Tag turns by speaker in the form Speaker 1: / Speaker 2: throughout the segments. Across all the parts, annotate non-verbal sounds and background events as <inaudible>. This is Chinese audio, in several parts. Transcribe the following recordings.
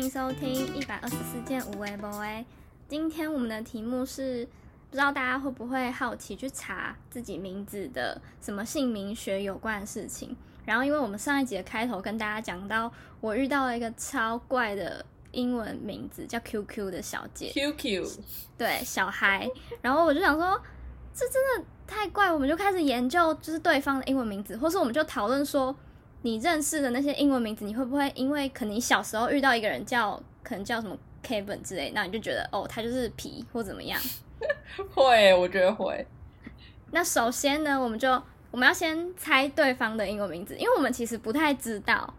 Speaker 1: 迎收听一百二十四件无为 boy。今天我们的题目是，不知道大家会不会好奇去查自己名字的什么姓名学有关的事情？然后，因为我们上一集的开头跟大家讲到，我遇到了一个超怪的英文名字叫 QQ 的小姐，
Speaker 2: QQ，
Speaker 1: 对，小孩。然后我就想说，这真的太怪，我们就开始研究就是对方的英文名字，或是我们就讨论说，你认识的那些英文名字，你会不会因为可能你小时候遇到一个人叫可能叫什么 Kevin 之类，那你就觉得哦，他就是皮或怎么样？
Speaker 2: <laughs> 会，我觉得会。
Speaker 1: 那首先呢，我们就我们要先猜对方的英文名字，因为我们其实不太知道。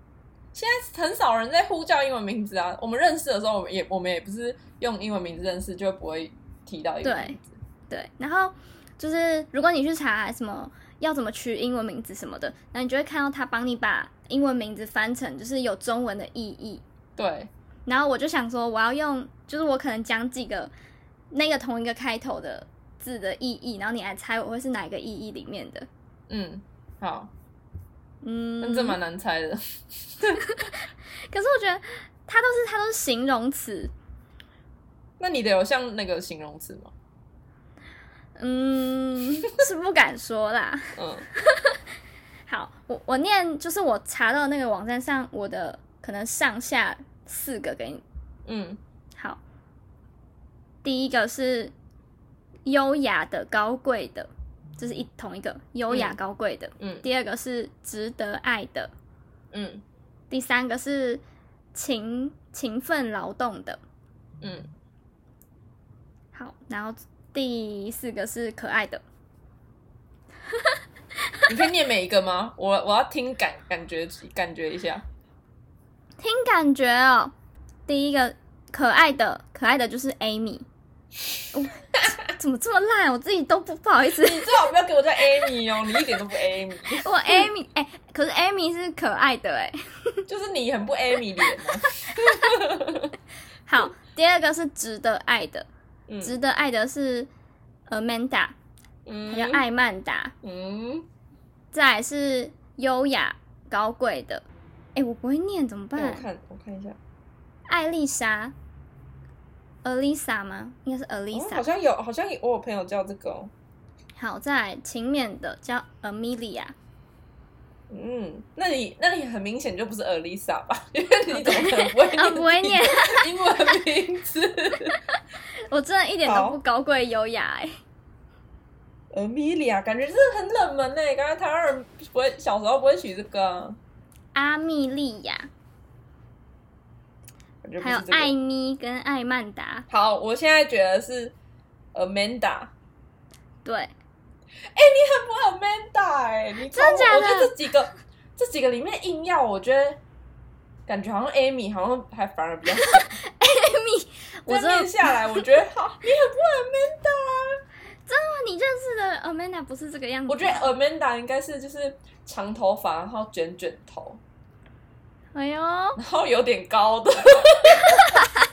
Speaker 2: 现在很少人在呼叫英文名字啊。我们认识的时候，我们也我们也不是用英文名字认识，就不会提到英文名字。
Speaker 1: 对，然后就是如果你去查什么要怎么取英文名字什么的，那你就会看到他帮你把英文名字翻成就是有中文的意义。
Speaker 2: 对，
Speaker 1: 然后我就想说，我要用，就是我可能讲几个那个同一个开头的字的意义，然后你来猜我会是哪一个意义里面的。
Speaker 2: 嗯，好，那
Speaker 1: 嗯，
Speaker 2: 这蛮难猜的。 <laughs>
Speaker 1: 可是我觉得它都是它都是形容词，
Speaker 2: 那你的有像那个形容词吗？
Speaker 1: 嗯，是不敢说啦。
Speaker 2: 嗯，
Speaker 1: 好，我我念就是我查到那个网站上我的可能上下四个给你。
Speaker 2: 嗯，
Speaker 1: 好，第一个是优雅的、高贵的，这、是一同一个优雅
Speaker 2: 嗯
Speaker 1: 高贵的。
Speaker 2: 嗯
Speaker 1: 第二个是值得爱的，
Speaker 2: 嗯，
Speaker 1: 第三个是勤勤奋劳动的。
Speaker 2: 嗯，
Speaker 1: 好，然后第四个是可爱的。
Speaker 2: 你可以念每一个吗？ <laughs> 我我要听感感觉感觉一下。
Speaker 1: 听感觉哦，第一个可爱的，可爱的就是 Amy。哦怎么这么烂？我自己都不不好意
Speaker 2: <laughs>
Speaker 1: 思。
Speaker 2: 你最好不要给我叫 Amy 哦， <laughs> 你一点都不 Amy，
Speaker 1: 我 Amy 哎、可是 Amy 是可爱的哎、
Speaker 2: 就是你很不 Amy 脸啊。
Speaker 1: 好，第二个是值得爱的，值
Speaker 2: 嗯
Speaker 1: 得爱的是呃 Amanda，她叫
Speaker 2: 嗯
Speaker 1: 艾曼达。
Speaker 2: 嗯，
Speaker 1: 再来是优雅高贵的。哎、我不会念怎么
Speaker 2: 那
Speaker 1: 办
Speaker 2: 哎我？看我看一下。
Speaker 1: 艾丽莎，Elisa 吗？应该是
Speaker 2: 哦、好
Speaker 1: Elisa。
Speaker 2: 像有，好像有我有朋友叫这个、哦，
Speaker 1: 好，再来勤勉的叫
Speaker 2: <laughs>
Speaker 1: Amelia。
Speaker 2: 嗯，那你那你很明显就不是 Elisa 吧？ <laughs> 因为你怎么可能不会
Speaker 1: <laughs> 啊，不会念，
Speaker 2: 英文名字 <laughs>
Speaker 1: 我真的一点都
Speaker 2: 好
Speaker 1: 不高贵优雅哎、
Speaker 2: ？Amelia 感觉这很冷门呢、感觉台湾人不会小时候不会取这个啊，
Speaker 1: 阿密莉亚，
Speaker 2: 感觉不
Speaker 1: 还
Speaker 2: 是
Speaker 1: 有
Speaker 2: 这个。
Speaker 1: 艾米跟艾曼达，
Speaker 2: 好，我现在觉得是 Amanda，
Speaker 1: 对，
Speaker 2: 不 Amanda 哎、你
Speaker 1: 真的假的
Speaker 2: 我觉得这几个这几个里面硬要，我觉得感觉好像 Amy 好像还反而比较少。
Speaker 1: <laughs> 我
Speaker 2: 这
Speaker 1: 真
Speaker 2: 样
Speaker 1: 的
Speaker 2: 念，下来，我觉得好，你很不 Amanda 啊。
Speaker 1: 你认识的 Amanda 不是这个样子，
Speaker 2: 我觉得 Amanda 应该是就是长头发，然后卷卷头，
Speaker 1: 哎呦，
Speaker 2: 然后有点高的，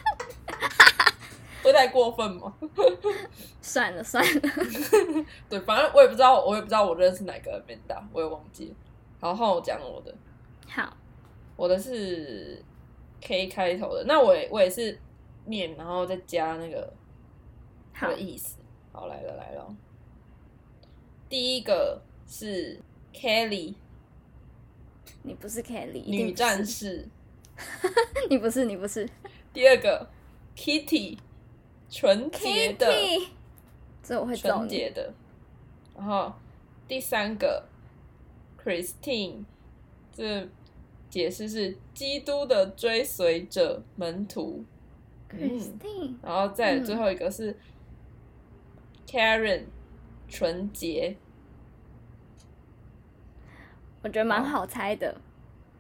Speaker 2: <laughs> 会太过分吗？
Speaker 1: 算了算
Speaker 2: <laughs>
Speaker 1: 了，
Speaker 2: 对，反正我也不知道，我也不知道我认识哪个 Amanda，我也忘记了。然后我讲我的，
Speaker 1: 好，
Speaker 2: 我的是 K 开头的，那我也我也是念，然后再加那个它
Speaker 1: 好
Speaker 2: 的，意思。好，来了来了，第一个是 Kelly
Speaker 1: 你不是 Kelly，一定
Speaker 2: 女
Speaker 1: 不是
Speaker 2: 战，士。
Speaker 1: <laughs> 你不是你不是
Speaker 2: 第二个，Kitty，纯洁的，
Speaker 1: Kitty，这我会揍
Speaker 2: 纯
Speaker 1: 你，
Speaker 2: 洁的。然后第三个，Christine，这解释是基督的追随者门徒。嗯，
Speaker 1: Christine，
Speaker 2: 然后再
Speaker 1: 嗯
Speaker 2: 最后一个是 Karen，纯洁。
Speaker 1: 我觉得蛮
Speaker 2: 好
Speaker 1: 好猜的，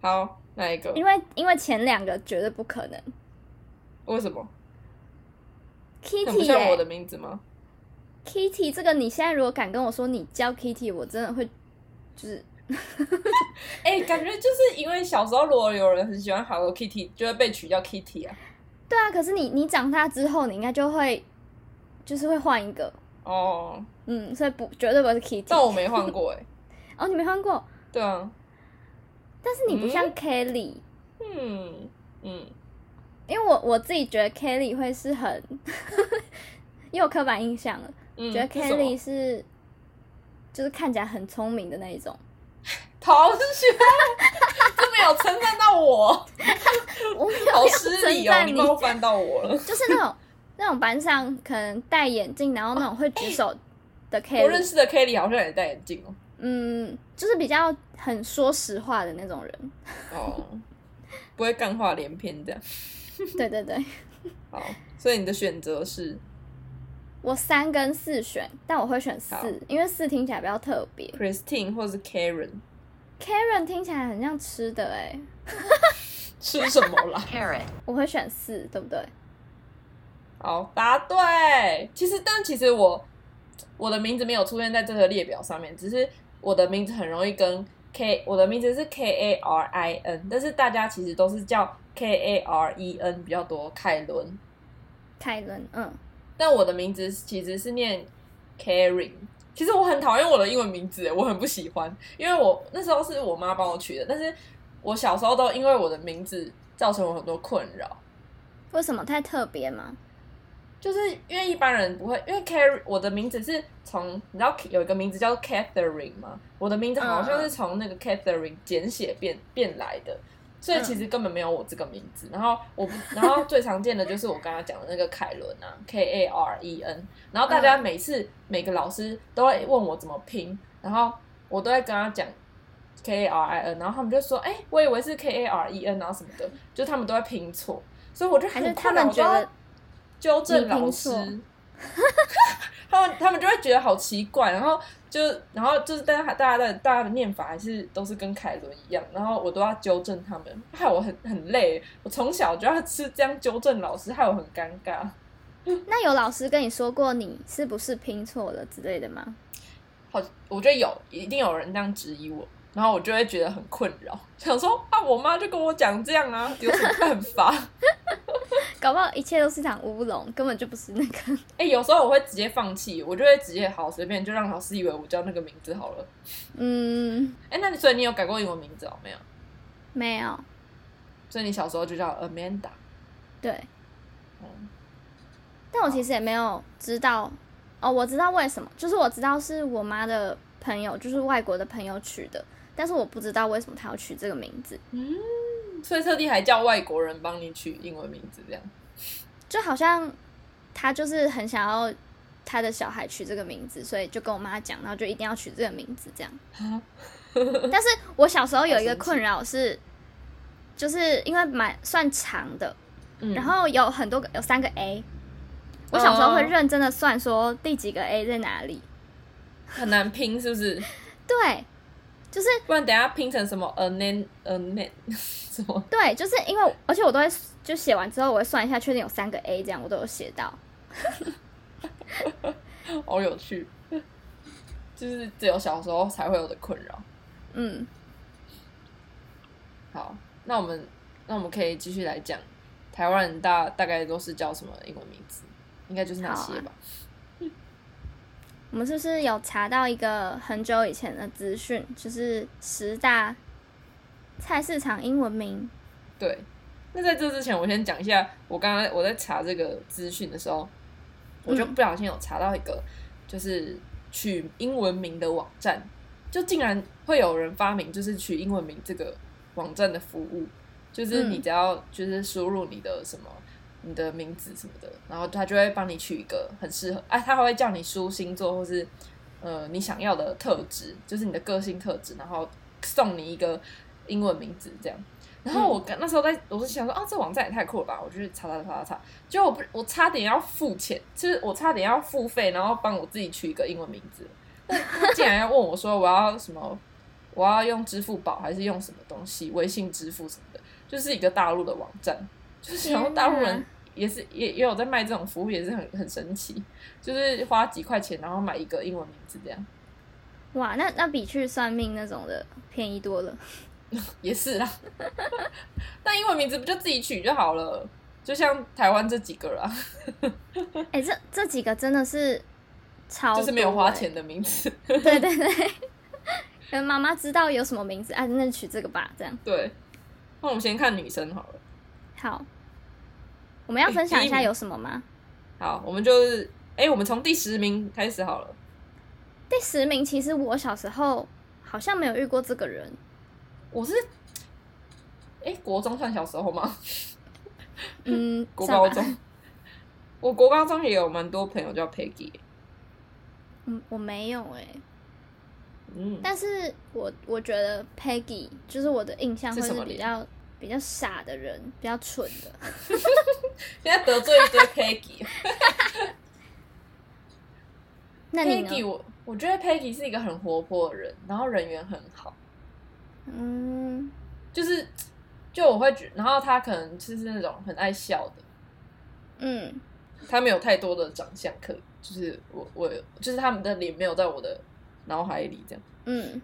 Speaker 2: 好，那一个？
Speaker 1: 因为因为前两个绝对不可能
Speaker 2: 为什么？很不
Speaker 1: ，Kitty
Speaker 2: 像
Speaker 1: 哎
Speaker 2: 我的名字吗？
Speaker 1: Kitty 这个，你现在如果敢跟我说你叫 Kitty，我真的会就是
Speaker 2: 哎、感觉就是因为小时候如果有人很喜欢 Hello Kitty，就会被取叫 Kitty 啊。
Speaker 1: 对啊。可是你你长大之后，你应该就会就是会换一个，
Speaker 2: 哦、
Speaker 1: 嗯，所以不绝对不是 Kitty。
Speaker 2: 但我没换过哎、
Speaker 1: 哦，你没换过，
Speaker 2: 对啊，嗯
Speaker 1: 但是你不像 Kelly，Kelly、
Speaker 2: 嗯嗯，
Speaker 1: 因为我我自己觉得 Kelly 会是很 <laughs> 又有刻板印象了，
Speaker 2: 嗯，
Speaker 1: 觉得
Speaker 2: 是什么
Speaker 1: Kelly 是就是看起来很聪明的那一种。
Speaker 2: 同学，这没有称赞
Speaker 1: <laughs>
Speaker 2: 到我，
Speaker 1: 我没有
Speaker 2: 好
Speaker 1: 要
Speaker 2: 失
Speaker 1: 称
Speaker 2: 礼哦！
Speaker 1: 赞
Speaker 2: 你
Speaker 1: 你，
Speaker 2: 帮我翻到我了，
Speaker 1: 就是那种那种班上可能戴眼镜，然后那种会举
Speaker 2: <laughs>
Speaker 1: 手的
Speaker 2: 我认
Speaker 1: Kelly，
Speaker 2: 识的 Kelly 好像也戴眼镜哦。
Speaker 1: 嗯，就是比较很说实话的那种
Speaker 2: <laughs>
Speaker 1: 人。
Speaker 2: 哦，不会干话连篇这样。
Speaker 1: 对对对，
Speaker 2: 好，所以你的选择是
Speaker 1: 我三跟四选，但我会选
Speaker 2: 好
Speaker 1: 四，因为四听起来比较特别。
Speaker 2: Christine 或是 Karen，
Speaker 1: Karen 听起来很像吃的哎、
Speaker 2: 吃什么啦？
Speaker 3: Carrot.
Speaker 1: 我会选四，对不对？
Speaker 2: 好，答对。其实，但其实我我的名字没有出现在这个列表上面，只是我的名字很容易跟 K，我的名字是 K A R I N，但是大家其实都是叫 K A R E N 比较多，凯伦。
Speaker 1: 凯伦，嗯，
Speaker 2: 但我的名字其实是念 Caring。其实我很讨厌我的英文名字，欸我很不喜欢，因为我那时候是我妈帮我取的，但是我小时候都因为我的名字造成我很多困扰。
Speaker 1: 为什么太特别吗？
Speaker 2: 就是因为一般人不会，因为 Carrie 我的名字是从你知道有一个名字叫 Catherine 吗？我的名字好
Speaker 1: 嗯
Speaker 2: 像是从那个 Catherine 简写变变来的，所以其实根本没有我这个名字。然后我
Speaker 1: <laughs>
Speaker 2: 不，然后最常见的就是我刚刚讲的那个凯伦啊，K A R E N。然后大家每
Speaker 1: 嗯
Speaker 2: 次、每个老师都会问我怎么拼，然后我都会跟他讲 K A R I N，然后他们就说：“哎、我以为是 K A R E N，然后什么的，就他们都会拼错。”所以我就
Speaker 1: 还是
Speaker 2: 很
Speaker 1: 他
Speaker 2: 困扰，
Speaker 1: 们
Speaker 2: 我就
Speaker 1: 觉得
Speaker 2: 要纠正
Speaker 1: 你
Speaker 2: 老
Speaker 1: 拼
Speaker 2: 师
Speaker 1: 错，
Speaker 2: <laughs> 他们他们就会觉得好奇怪，然后就然后就是大家大家的大家的念法还是都是跟凯伦一样，然后我都要纠正他们，害我很很累，我从小就要吃这样纠正老师，害我很尴尬。
Speaker 1: 那有老师跟你说过你是不是拼错了之类的吗？
Speaker 2: 好，我觉得有一定有人这样质疑我，然后我就会觉得很困扰，想说啊，我妈就跟我讲这样啊，有什么办法？ <laughs>
Speaker 1: 搞不好一切都是一场乌龙，根本就不是那个。 <laughs>
Speaker 2: 哎、有时候我会直接放弃，我就会直接好随便就让老师以为我叫那个名字好了。
Speaker 1: 嗯，
Speaker 2: 哎、那你所以你有改过英文名字哦？没有，
Speaker 1: 没有，
Speaker 2: 所以你小时候就叫 Amanda。
Speaker 1: 对。
Speaker 2: 嗯
Speaker 1: 但我其实也没有知道，哦，我知道为什么，就是我知道是我妈的朋友，就是外国的朋友取的，但是我不知道为什么她要取这个名字，
Speaker 2: 嗯，所以特地还叫外国人帮你取英文名字，这样
Speaker 1: 就好像她就是很想要她的小孩取这个名字，所以就跟我妈讲，然后就一定要取这个名字这
Speaker 2: <laughs>
Speaker 1: 样。
Speaker 2: 啊？
Speaker 1: 但是我小时候有一
Speaker 2: <laughs>
Speaker 1: 个
Speaker 2: 好神奇
Speaker 1: 困扰是，就是因为蛮算长的，
Speaker 2: 嗯
Speaker 1: 然后有很多个有三个 A，我小时候会
Speaker 2: 哦
Speaker 1: 认真的算说第几个 A 在哪里，
Speaker 2: 很难拼，是不是？
Speaker 1: 对，就是
Speaker 2: 不然等一下拼成什么 Anan Anan <laughs> 什么？
Speaker 1: 对，就是因为而且我都会就写完之后我会算一下，确定有三个 A 这样我都有写到，
Speaker 2: 好有趣，就是只有小时候才会有的困扰。
Speaker 1: 嗯，
Speaker 2: 好，那我们那我们可以继续来讲，台湾人大大概都是叫什么英文名字？应该就是那些吧。
Speaker 1: 我们是不是有查到一个很久以前的资讯，就是十大菜市场英文名，
Speaker 2: 对，那在这之前，我先讲一下，我刚刚我在查这个资讯的时候，我就
Speaker 1: 嗯
Speaker 2: 不小心有查到一个，就是取英文名的网站，就竟然会有人发明就是取英文名这个网站的服务，就是你
Speaker 1: 嗯
Speaker 2: 只要就是输入你的什么。你的名字什么的，然后他就会帮你取一个很适合，哎、啊，他还会叫你输星座或是呃你想要的特质，就是你的个性特质，然后送你一个英文名字这样。然后我刚那时候在，我是想说，啊，这网站也太酷了吧！我就去查查查查查，结果我不，我差点要付钱，就是我差点要付费，然后帮我自己取一个英文名字。那他竟然要问我说，我要什么？我要用支付宝还是用什么东西？微信支付什么的，就是一个大陆的网站，就是然后
Speaker 1: 天哪
Speaker 2: 大陆人也是也也有在卖这种服务，也是很很神奇，就是花几块钱然后买一个英文名字这样。
Speaker 1: 哇，那那比去算命那种的便宜多
Speaker 2: <laughs>
Speaker 1: 了。
Speaker 2: 也是啦，但英文名字不就自己取就好了？就像台湾这几个啦，
Speaker 1: 哎、这这几个真的是超、
Speaker 2: 就是没有花。钱的名字。
Speaker 1: <laughs> 对对对，可能妈妈知道有什么名字，啊，那就取这个吧，这样
Speaker 2: 对，那我们先看女生好了。
Speaker 1: 好。我们要分享一下
Speaker 2: 第一名
Speaker 1: 有什么吗？
Speaker 2: 哎好，我们就是哎、我们从第十名开始好了。
Speaker 1: 第十名，其实我小时候好像没有遇过这个人，
Speaker 2: 我是哎、国中算小时候吗？
Speaker 1: 嗯，
Speaker 2: 国
Speaker 1: 算
Speaker 2: 高
Speaker 1: 吧
Speaker 2: 中，我国高中也有蛮多朋友叫 Peggy，
Speaker 1: 嗯，我没有哎、
Speaker 2: 嗯，
Speaker 1: 但是我我觉得 Peggy 就是我的印象
Speaker 2: 是
Speaker 1: 会
Speaker 2: 什
Speaker 1: 是
Speaker 2: 么
Speaker 1: 比
Speaker 2: 脸
Speaker 1: 较比较傻的人，比较蠢的。
Speaker 2: 现在得罪
Speaker 1: <laughs>
Speaker 2: 一堆 Peggy。
Speaker 1: 那你
Speaker 2: Peggy
Speaker 1: 呢？
Speaker 2: 我我觉得 Peggy 是一个很活泼的人，然后人缘很好，
Speaker 1: 嗯，
Speaker 2: 就是就我会觉，然后他可能就是那种很爱笑的，
Speaker 1: 嗯，
Speaker 2: 他没有太多的长相可，就是我我就是他们的脸没有在我的脑海里这样。
Speaker 1: 嗯，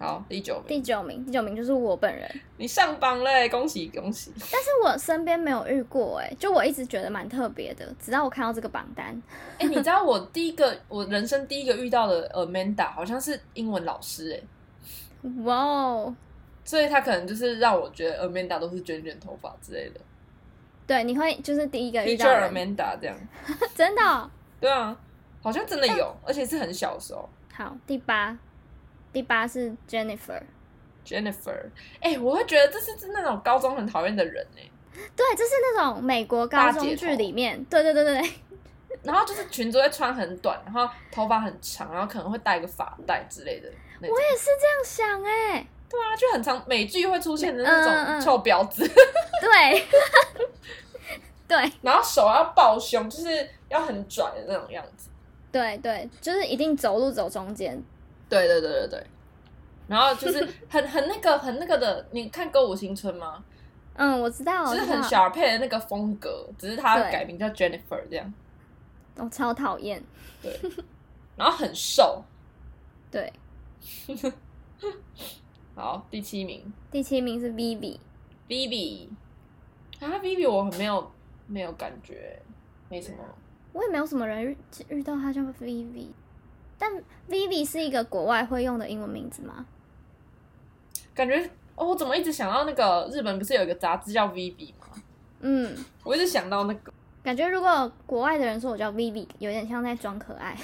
Speaker 2: 好，第九名，
Speaker 1: 第九名，第九名就是我本人，
Speaker 2: 你上榜嘞，恭喜恭 <laughs> 喜！
Speaker 1: 但是我身边没有遇过哎、就我一直觉得蛮特别的，直到我看到这个榜单，
Speaker 2: 哎、你知道我第一个，我人生第一个遇到的 Amanda 好像是英文老师哎、
Speaker 1: 哇哦，
Speaker 2: 所以他可能就是让我觉得 Amanda 都是卷卷头发之类的
Speaker 1: 对，你会就是第一个遇到
Speaker 2: ，Teacher
Speaker 1: 人，
Speaker 2: Amanda 这样，
Speaker 1: <laughs> 真的哦、
Speaker 2: 对啊，好像真的有，
Speaker 1: 啊
Speaker 2: 而且是很小的时候。
Speaker 1: 好，第八，第八是 Jennifer，
Speaker 2: Jennifer，哎、我会觉得这是那种高中很讨厌的人哎、
Speaker 1: 对，这是那种美国高
Speaker 2: 大姐
Speaker 1: 中剧
Speaker 2: 头
Speaker 1: 里面，对对对对 <laughs> 对，
Speaker 2: 然后就是裙子会穿很短，然后头发很长，然后可能会戴一个发带之类的那种。
Speaker 1: 我也是这样想哎、
Speaker 2: 对啊，就很常美剧会出现的
Speaker 1: 嗯嗯
Speaker 2: 那
Speaker 1: 嗯
Speaker 2: 种臭婊子，
Speaker 1: 对， <laughs> 对
Speaker 2: 然后手要抱胸，就是要很拽的那种样子。
Speaker 1: 对对，就是一定走路走中间，
Speaker 2: 对对对对对。然后就是很 <laughs> 很那个很那个的，你看《歌舞青春》吗？
Speaker 1: 嗯，我知道，
Speaker 2: 就
Speaker 1: 我
Speaker 2: 是
Speaker 1: 知
Speaker 2: 很
Speaker 1: 道，
Speaker 2: 小配的那个风格，只是他
Speaker 1: 对
Speaker 2: 改名叫 Jennifer 这样。
Speaker 1: 我超讨厌，
Speaker 2: <laughs> 对，然后很瘦。
Speaker 1: 对，
Speaker 2: 好，第七名
Speaker 1: 第七名是 Vivi，
Speaker 2: Vivi 啊，Vivi 我很没有没有感觉，没什么。
Speaker 1: 我也没有什么人遇遇到他叫 Vivi，但 Vivi 是一个国外会用的英文名字吗？
Speaker 2: 感觉哦，我怎么一直想到那个日本不是有一个杂志叫 Vivi 吗？
Speaker 1: 嗯，
Speaker 2: 我一直想到那个，
Speaker 1: 感觉如果国外的人说我叫 Vivi，有点像在装可爱，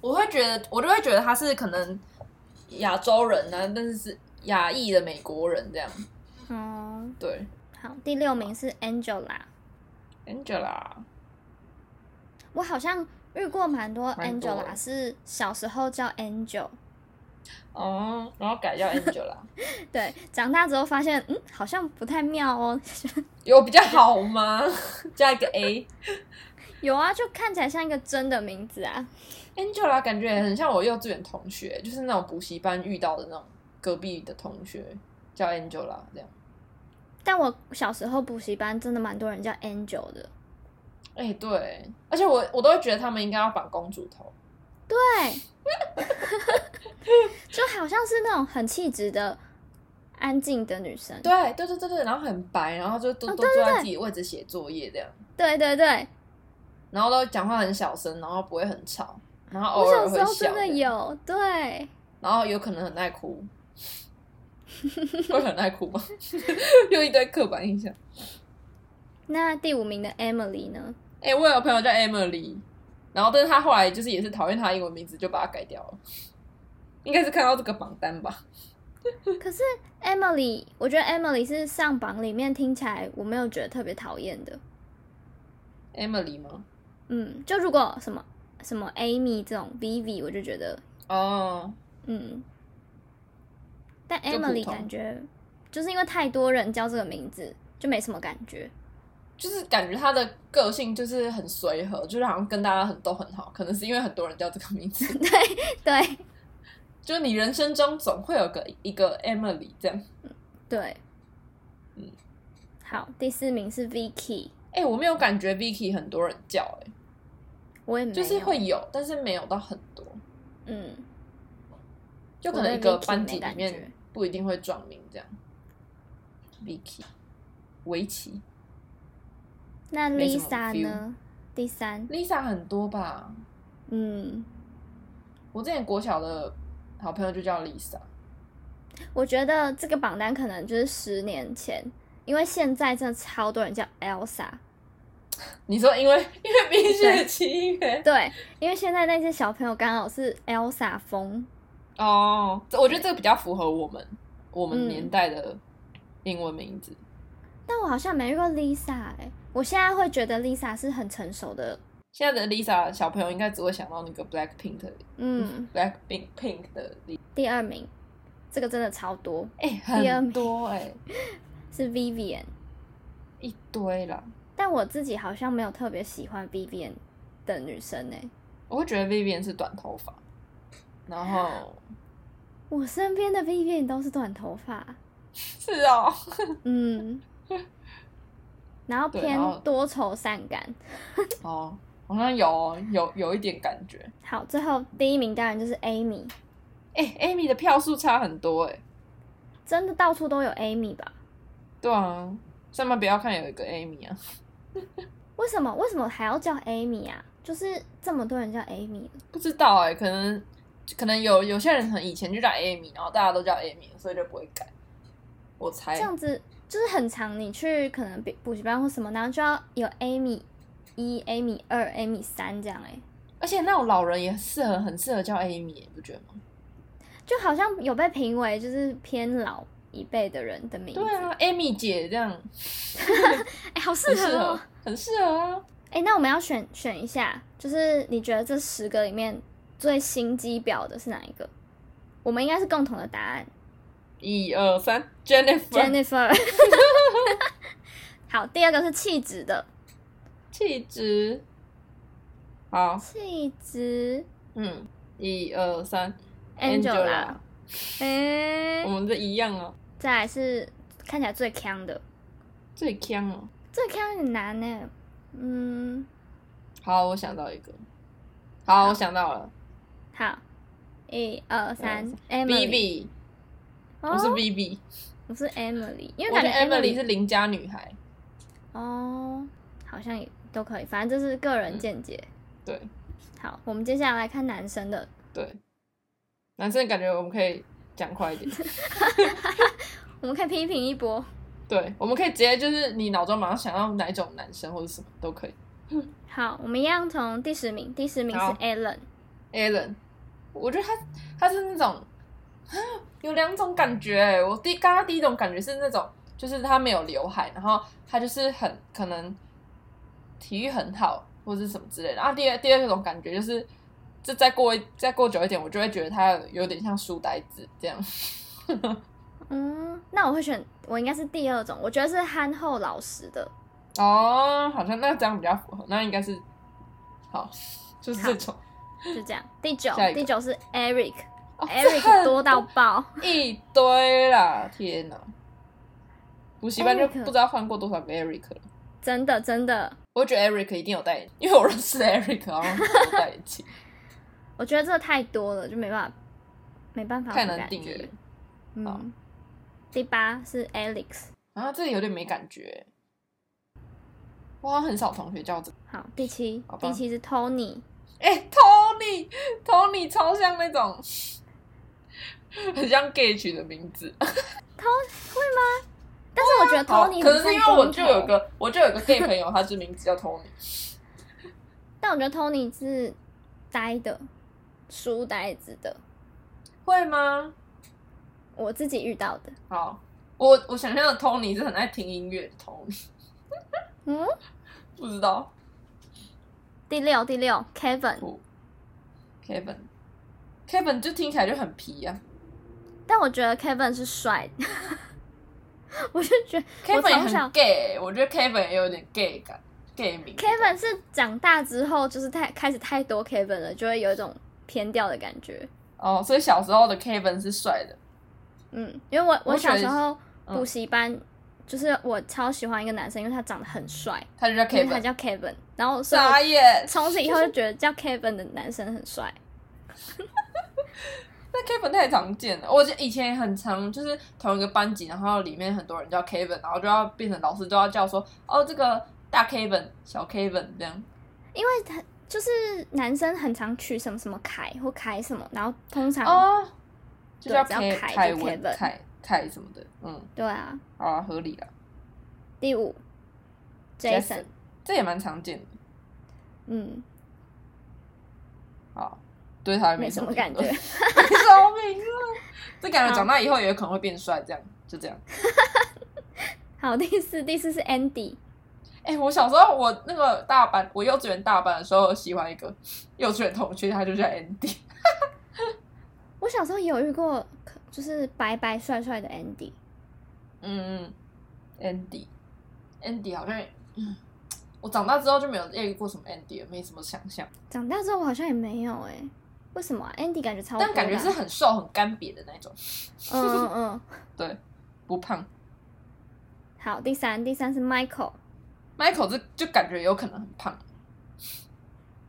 Speaker 2: 我会觉得，我就会觉得他是可能亚洲人呢、啊，但是是亚裔的美国人这样。
Speaker 1: 哦，
Speaker 2: 对
Speaker 1: 好，第六名是 Angela，
Speaker 2: ，Angela，
Speaker 1: 我好像遇过蛮多
Speaker 2: 蛮多
Speaker 1: Angela，是小时候叫 Angel。
Speaker 2: 哦，然后改叫 Angela，
Speaker 1: 对，长大之后发现，嗯，好像不太妙哦。 <laughs>
Speaker 2: 有比较好吗？ <laughs> 加一个 A，Angela
Speaker 1: 有啊，就看起来像一个真的名字啊。
Speaker 2: 感觉很像我幼稚园同学，就是那种补习班遇到的那种隔壁的同学叫 Angela 这样。
Speaker 1: 但我小时候补习班真的蛮多人叫 Angel 的，
Speaker 2: 哎、对，而且我我都会觉得他们应该要绑公主头。
Speaker 1: 对， <laughs> 就好像是那种很气质的、安静的女生。
Speaker 2: 对对对对对，然后很白，然后就都、
Speaker 1: 嗯哦
Speaker 2: 都坐在自己位置写作业这样，
Speaker 1: 对对对，
Speaker 2: 然后都讲话很小声，然后不会很吵，然后偶
Speaker 1: 我
Speaker 2: 尔
Speaker 1: 小
Speaker 2: 会
Speaker 1: 时候
Speaker 2: 笑
Speaker 1: 真的
Speaker 2: 这样，
Speaker 1: 有，对，
Speaker 2: 然后有可能很
Speaker 1: <laughs>
Speaker 2: 爱哭，会很爱哭吗？ <laughs> 又一堆刻板印象。
Speaker 1: 那第五名的 Emily 呢？
Speaker 2: 哎、我有朋友叫 Emily，然后但是他后来就是也是讨厌他的英文名字，就把它改掉了。应该是看到这个榜单吧？
Speaker 1: 可是 Emily，我觉得 Emily 是上榜里面听起来我没有觉得特别讨厌的。
Speaker 2: ，Emily 吗？
Speaker 1: 嗯，就如果什么什么 Amy 这种 Vivi，我就觉得
Speaker 2: 哦，
Speaker 1: 嗯，但
Speaker 2: 就普
Speaker 1: Emily
Speaker 2: 通
Speaker 1: 感觉就是因为太多人叫这个名字，就没什么感觉。 <laughs>
Speaker 2: 就是感觉他的个性就是很随和，就是好像跟大家很都很好，可能是因为很多人叫这个
Speaker 1: <laughs>
Speaker 2: 名字。
Speaker 1: 对
Speaker 2: 就是你人生中总会有个一个 Emily 这样。
Speaker 1: 对，
Speaker 2: 嗯
Speaker 1: 好，第四名是 Vicky，
Speaker 2: 哎、我没有感觉 Vicky 很多人叫、欸，
Speaker 1: 我也没有，
Speaker 2: 就是会有，但是没有到很多，
Speaker 1: 嗯，
Speaker 2: 就可能一
Speaker 1: 我
Speaker 2: 个
Speaker 1: 对 Vicky
Speaker 2: 班级
Speaker 1: 没
Speaker 2: 里
Speaker 1: 感
Speaker 2: 面
Speaker 1: 觉
Speaker 2: 不一定会撞名这样。Vicky，围棋
Speaker 1: 那
Speaker 2: 没什么
Speaker 1: Lisa 呢？第三，
Speaker 2: ，Lisa 很多吧？
Speaker 1: 嗯，
Speaker 2: 我之前国小的好朋友就叫 Lisa，
Speaker 1: 我觉得这个榜单可能就是十年前，因为现在真的超多人叫 Elsa，
Speaker 2: 你说因为因为冰雪奇缘
Speaker 1: 对，因为现在那些小朋友刚好是 Elsa 风，
Speaker 2: 哦，这我觉得这个比较符合我们我们
Speaker 1: 嗯
Speaker 2: 年代的英文名字。
Speaker 1: 但我好像没遇过 Lisa 哎、我现在会觉得 Lisa 是很成熟的，
Speaker 2: 现在的 Lisa 小朋友应该只会想到那个 Black Pink 的
Speaker 1: 嗯，
Speaker 2: Black Pink Pink 的 Lisa，
Speaker 1: 第二名，这个真的超多，
Speaker 2: 哎、
Speaker 1: 第二
Speaker 2: 很
Speaker 1: 名
Speaker 2: 多哎、
Speaker 1: 是 Vivian，
Speaker 2: 一堆啦。
Speaker 1: 但我自己好像没有特别喜欢 Vivian 的女生哎、
Speaker 2: 我会觉得 Vivian 是短头发，然后
Speaker 1: 我身边的 Vivian 都是短头发，
Speaker 2: <laughs> 是哦， <laughs>
Speaker 1: 嗯，然后
Speaker 2: 对
Speaker 1: 偏
Speaker 2: 然后
Speaker 1: 多愁善感。
Speaker 2: 哦，好像有哦有有一点感觉。
Speaker 1: 好，最后第一名当然就是 Amy，
Speaker 2: 哎、a m y 的票数差很多哎、
Speaker 1: 真的到处都有 Amy 吧？
Speaker 2: 对啊，上面不要看有一个 Amy 啊，
Speaker 1: 为什么为什么还要叫 Amy 啊？就是这么多人叫 Amy，
Speaker 2: 不知道哎、可能可能有有些人可能以前就叫 Amy，然后大家都叫 Amy，所以就不会改。我猜
Speaker 1: 这，样子就是很长。你去可能补补习班或什么，然后就要有 Amy 一、Amy 二、Amy 三这样哎、
Speaker 2: 而且那种老人也适合，很适合叫 Amy，你不觉得吗？
Speaker 1: 就好像有被评为就是偏老一辈的人的名字。
Speaker 2: 对啊，Amy 姐这样
Speaker 1: 哎、好适合
Speaker 2: 很适
Speaker 1: 哦、
Speaker 2: 合，很适合啊。
Speaker 1: 哎、那我们要选选一下，就是你觉得这十个里面最心机婊的是哪一个？我们应该是共同的答案
Speaker 2: 一二三，Jennifer，
Speaker 1: ，Jennifer。好，第二个是气质的，
Speaker 2: 气质，好，
Speaker 1: 气质
Speaker 2: 嗯，一二三
Speaker 1: Angela，哎、
Speaker 2: 我们这一样啊，
Speaker 1: 再来是看起来最强的，
Speaker 2: 最强哦。
Speaker 1: 最强很难呢、嗯，
Speaker 2: 好，我想到一个，好，我想到了
Speaker 1: 好，一二三，Emily，
Speaker 2: 嗯，BB，
Speaker 1: 哦
Speaker 2: 我是 BB，
Speaker 1: 我是 Emily，因为
Speaker 2: 我
Speaker 1: 感
Speaker 2: 觉
Speaker 1: 觉
Speaker 2: 得 Emily
Speaker 1: Emily
Speaker 2: 是邻家女孩，
Speaker 1: 哦，好像也都可以，反正这是个人见解。
Speaker 2: 嗯对
Speaker 1: 好，我们接下来看男生的。
Speaker 2: 对，男生感觉我们可以讲快一点，
Speaker 1: 我们可以批评一波。
Speaker 2: 对，我们可以直接就是你脑中马上想到哪一种男生或者什么都可以
Speaker 1: 好，我们一样从第十名，第十名是
Speaker 2: 好
Speaker 1: Allen，
Speaker 2: ，Alan，我觉得他他是那种啊有两种感觉、欸，我第刚刚第一种感觉是那种就是他没有刘海，然后他就是很可能体育很好或者是什么之类的，然后第二第二种感觉就是。这再过一再过久一点，我就会觉得他有点像书呆子这样。
Speaker 1: 嗯，那我会选，我应该是第二种，我觉得是憨厚老实的。
Speaker 2: 哦，好像那这样比较符合，那应该是好，就是这种
Speaker 1: 就这样，第九
Speaker 2: 下一，个
Speaker 1: 第九是 Eric，Eric、
Speaker 2: 哦这
Speaker 1: Eric
Speaker 2: 很
Speaker 1: 多到爆，
Speaker 2: 一堆啦！天哪，补习班就
Speaker 1: Eric
Speaker 2: 不知道换过多少个 Eric 了。
Speaker 1: 真的真的，
Speaker 2: 我觉得 Eric 一定有戴眼镜，因为我认识的 Eric 好像都戴眼
Speaker 1: <laughs>
Speaker 2: 镜，
Speaker 1: 我觉得这太多了，就没办法，没办法
Speaker 2: 太
Speaker 1: 改
Speaker 2: 难定
Speaker 1: 进
Speaker 2: 义了。好
Speaker 1: 嗯，第八是 Alex，
Speaker 2: 啊，这个有点没感觉。我好像很少同学叫这个。
Speaker 1: 好，第七
Speaker 2: 好，吧
Speaker 1: 第七是 Tony，
Speaker 2: 哎、t o n y t o n y 超像那种很像 gay 取的名字。
Speaker 1: 但是我觉得
Speaker 2: 好
Speaker 1: Tony
Speaker 2: 可
Speaker 1: 很
Speaker 2: 是因为
Speaker 1: 像
Speaker 2: 我
Speaker 1: 光
Speaker 2: 就
Speaker 1: 头
Speaker 2: 有个我就有个 gay 朋友，他的名字叫 Tony。
Speaker 1: 但我觉得 Tony 是呆的，书呆子的，
Speaker 2: 会吗？
Speaker 1: 我自己遇到的。
Speaker 2: 好，我我想象的 Tony 是很爱听音乐的 Tony，
Speaker 1: 嗯，
Speaker 2: 不知道
Speaker 1: 第六第六 Kevin，
Speaker 2: 不 Kevin Kevin 就听起来就很皮啊呀、
Speaker 1: 但我觉得 Kevin 是帅， <laughs> 我就觉得我
Speaker 2: Kevin 也
Speaker 1: 从小
Speaker 2: 很 gay，我觉得 Kevin 也有点 gay 感，gay 名。
Speaker 1: Kevin 是长大之后就是太开始太多 Kevin 了，就会有一种偏掉的感觉。
Speaker 2: 哦，所以小时候的 Kevin 是帅的，
Speaker 1: 嗯，因为我
Speaker 2: 我
Speaker 1: 我
Speaker 2: 觉
Speaker 1: 小
Speaker 2: 得
Speaker 1: 时候
Speaker 2: 嗯
Speaker 1: 补习班、就是我超喜欢一个男生，因为他长得很帅，
Speaker 2: 他就叫
Speaker 1: 因为他
Speaker 2: Kevin。
Speaker 1: 叫 Kevin，然后所以
Speaker 2: 傻
Speaker 1: 我
Speaker 2: 眼，
Speaker 1: 从此以后就觉得叫 Kevin 的男生很帅。
Speaker 2: 那 Kevin 太常见了。我就以前也很常就是同一个班级，然后里面很多人叫 Kevin，然后就要变成老师都要叫说，哦，这个大 Kevin、小 Kevin 这样。
Speaker 1: 因为他就是男生很常取什么什么凯或凯什么，然后通常、
Speaker 2: 哦，就
Speaker 1: 对
Speaker 2: 叫
Speaker 1: 只要
Speaker 2: 凯
Speaker 1: 凯就
Speaker 2: 凯文
Speaker 1: Kevin
Speaker 2: 凯凯什么的，嗯，
Speaker 1: 对啊。
Speaker 2: 好啊，合理啦。
Speaker 1: 第五
Speaker 2: Jason
Speaker 1: ，Jason，
Speaker 2: 这也蛮常见的。
Speaker 1: 嗯，
Speaker 2: 好，对他也
Speaker 1: 没
Speaker 2: 什
Speaker 1: 什
Speaker 2: 么
Speaker 1: 么感觉
Speaker 2: 评论。没什么评论。这感觉长大以后也有可能会变帅，这样就这样。
Speaker 1: 好， <laughs> 第四第四是 Andy，
Speaker 2: 哎、我小时候我那个大班，我幼稚园大班的时候喜欢一个幼稚园同学，他就叫 Andy。
Speaker 1: 我小时候也有遇过，可就是白白帅帅的 Andy，
Speaker 2: 嗯，Andy，Andy 嗯 Andy 好像也，嗯我长大之后就没有遇过什么 Andy 了，没什么想象，
Speaker 1: 长大之后我好像也没有哎、为什么啊、Andy 感觉超多的啊，
Speaker 2: 但感觉是很瘦很干瘪的那种，
Speaker 1: 嗯嗯嗯。
Speaker 2: 对，不胖。
Speaker 1: 好，第三第三是 Michael，
Speaker 2: Michael 这就感觉有可能很胖，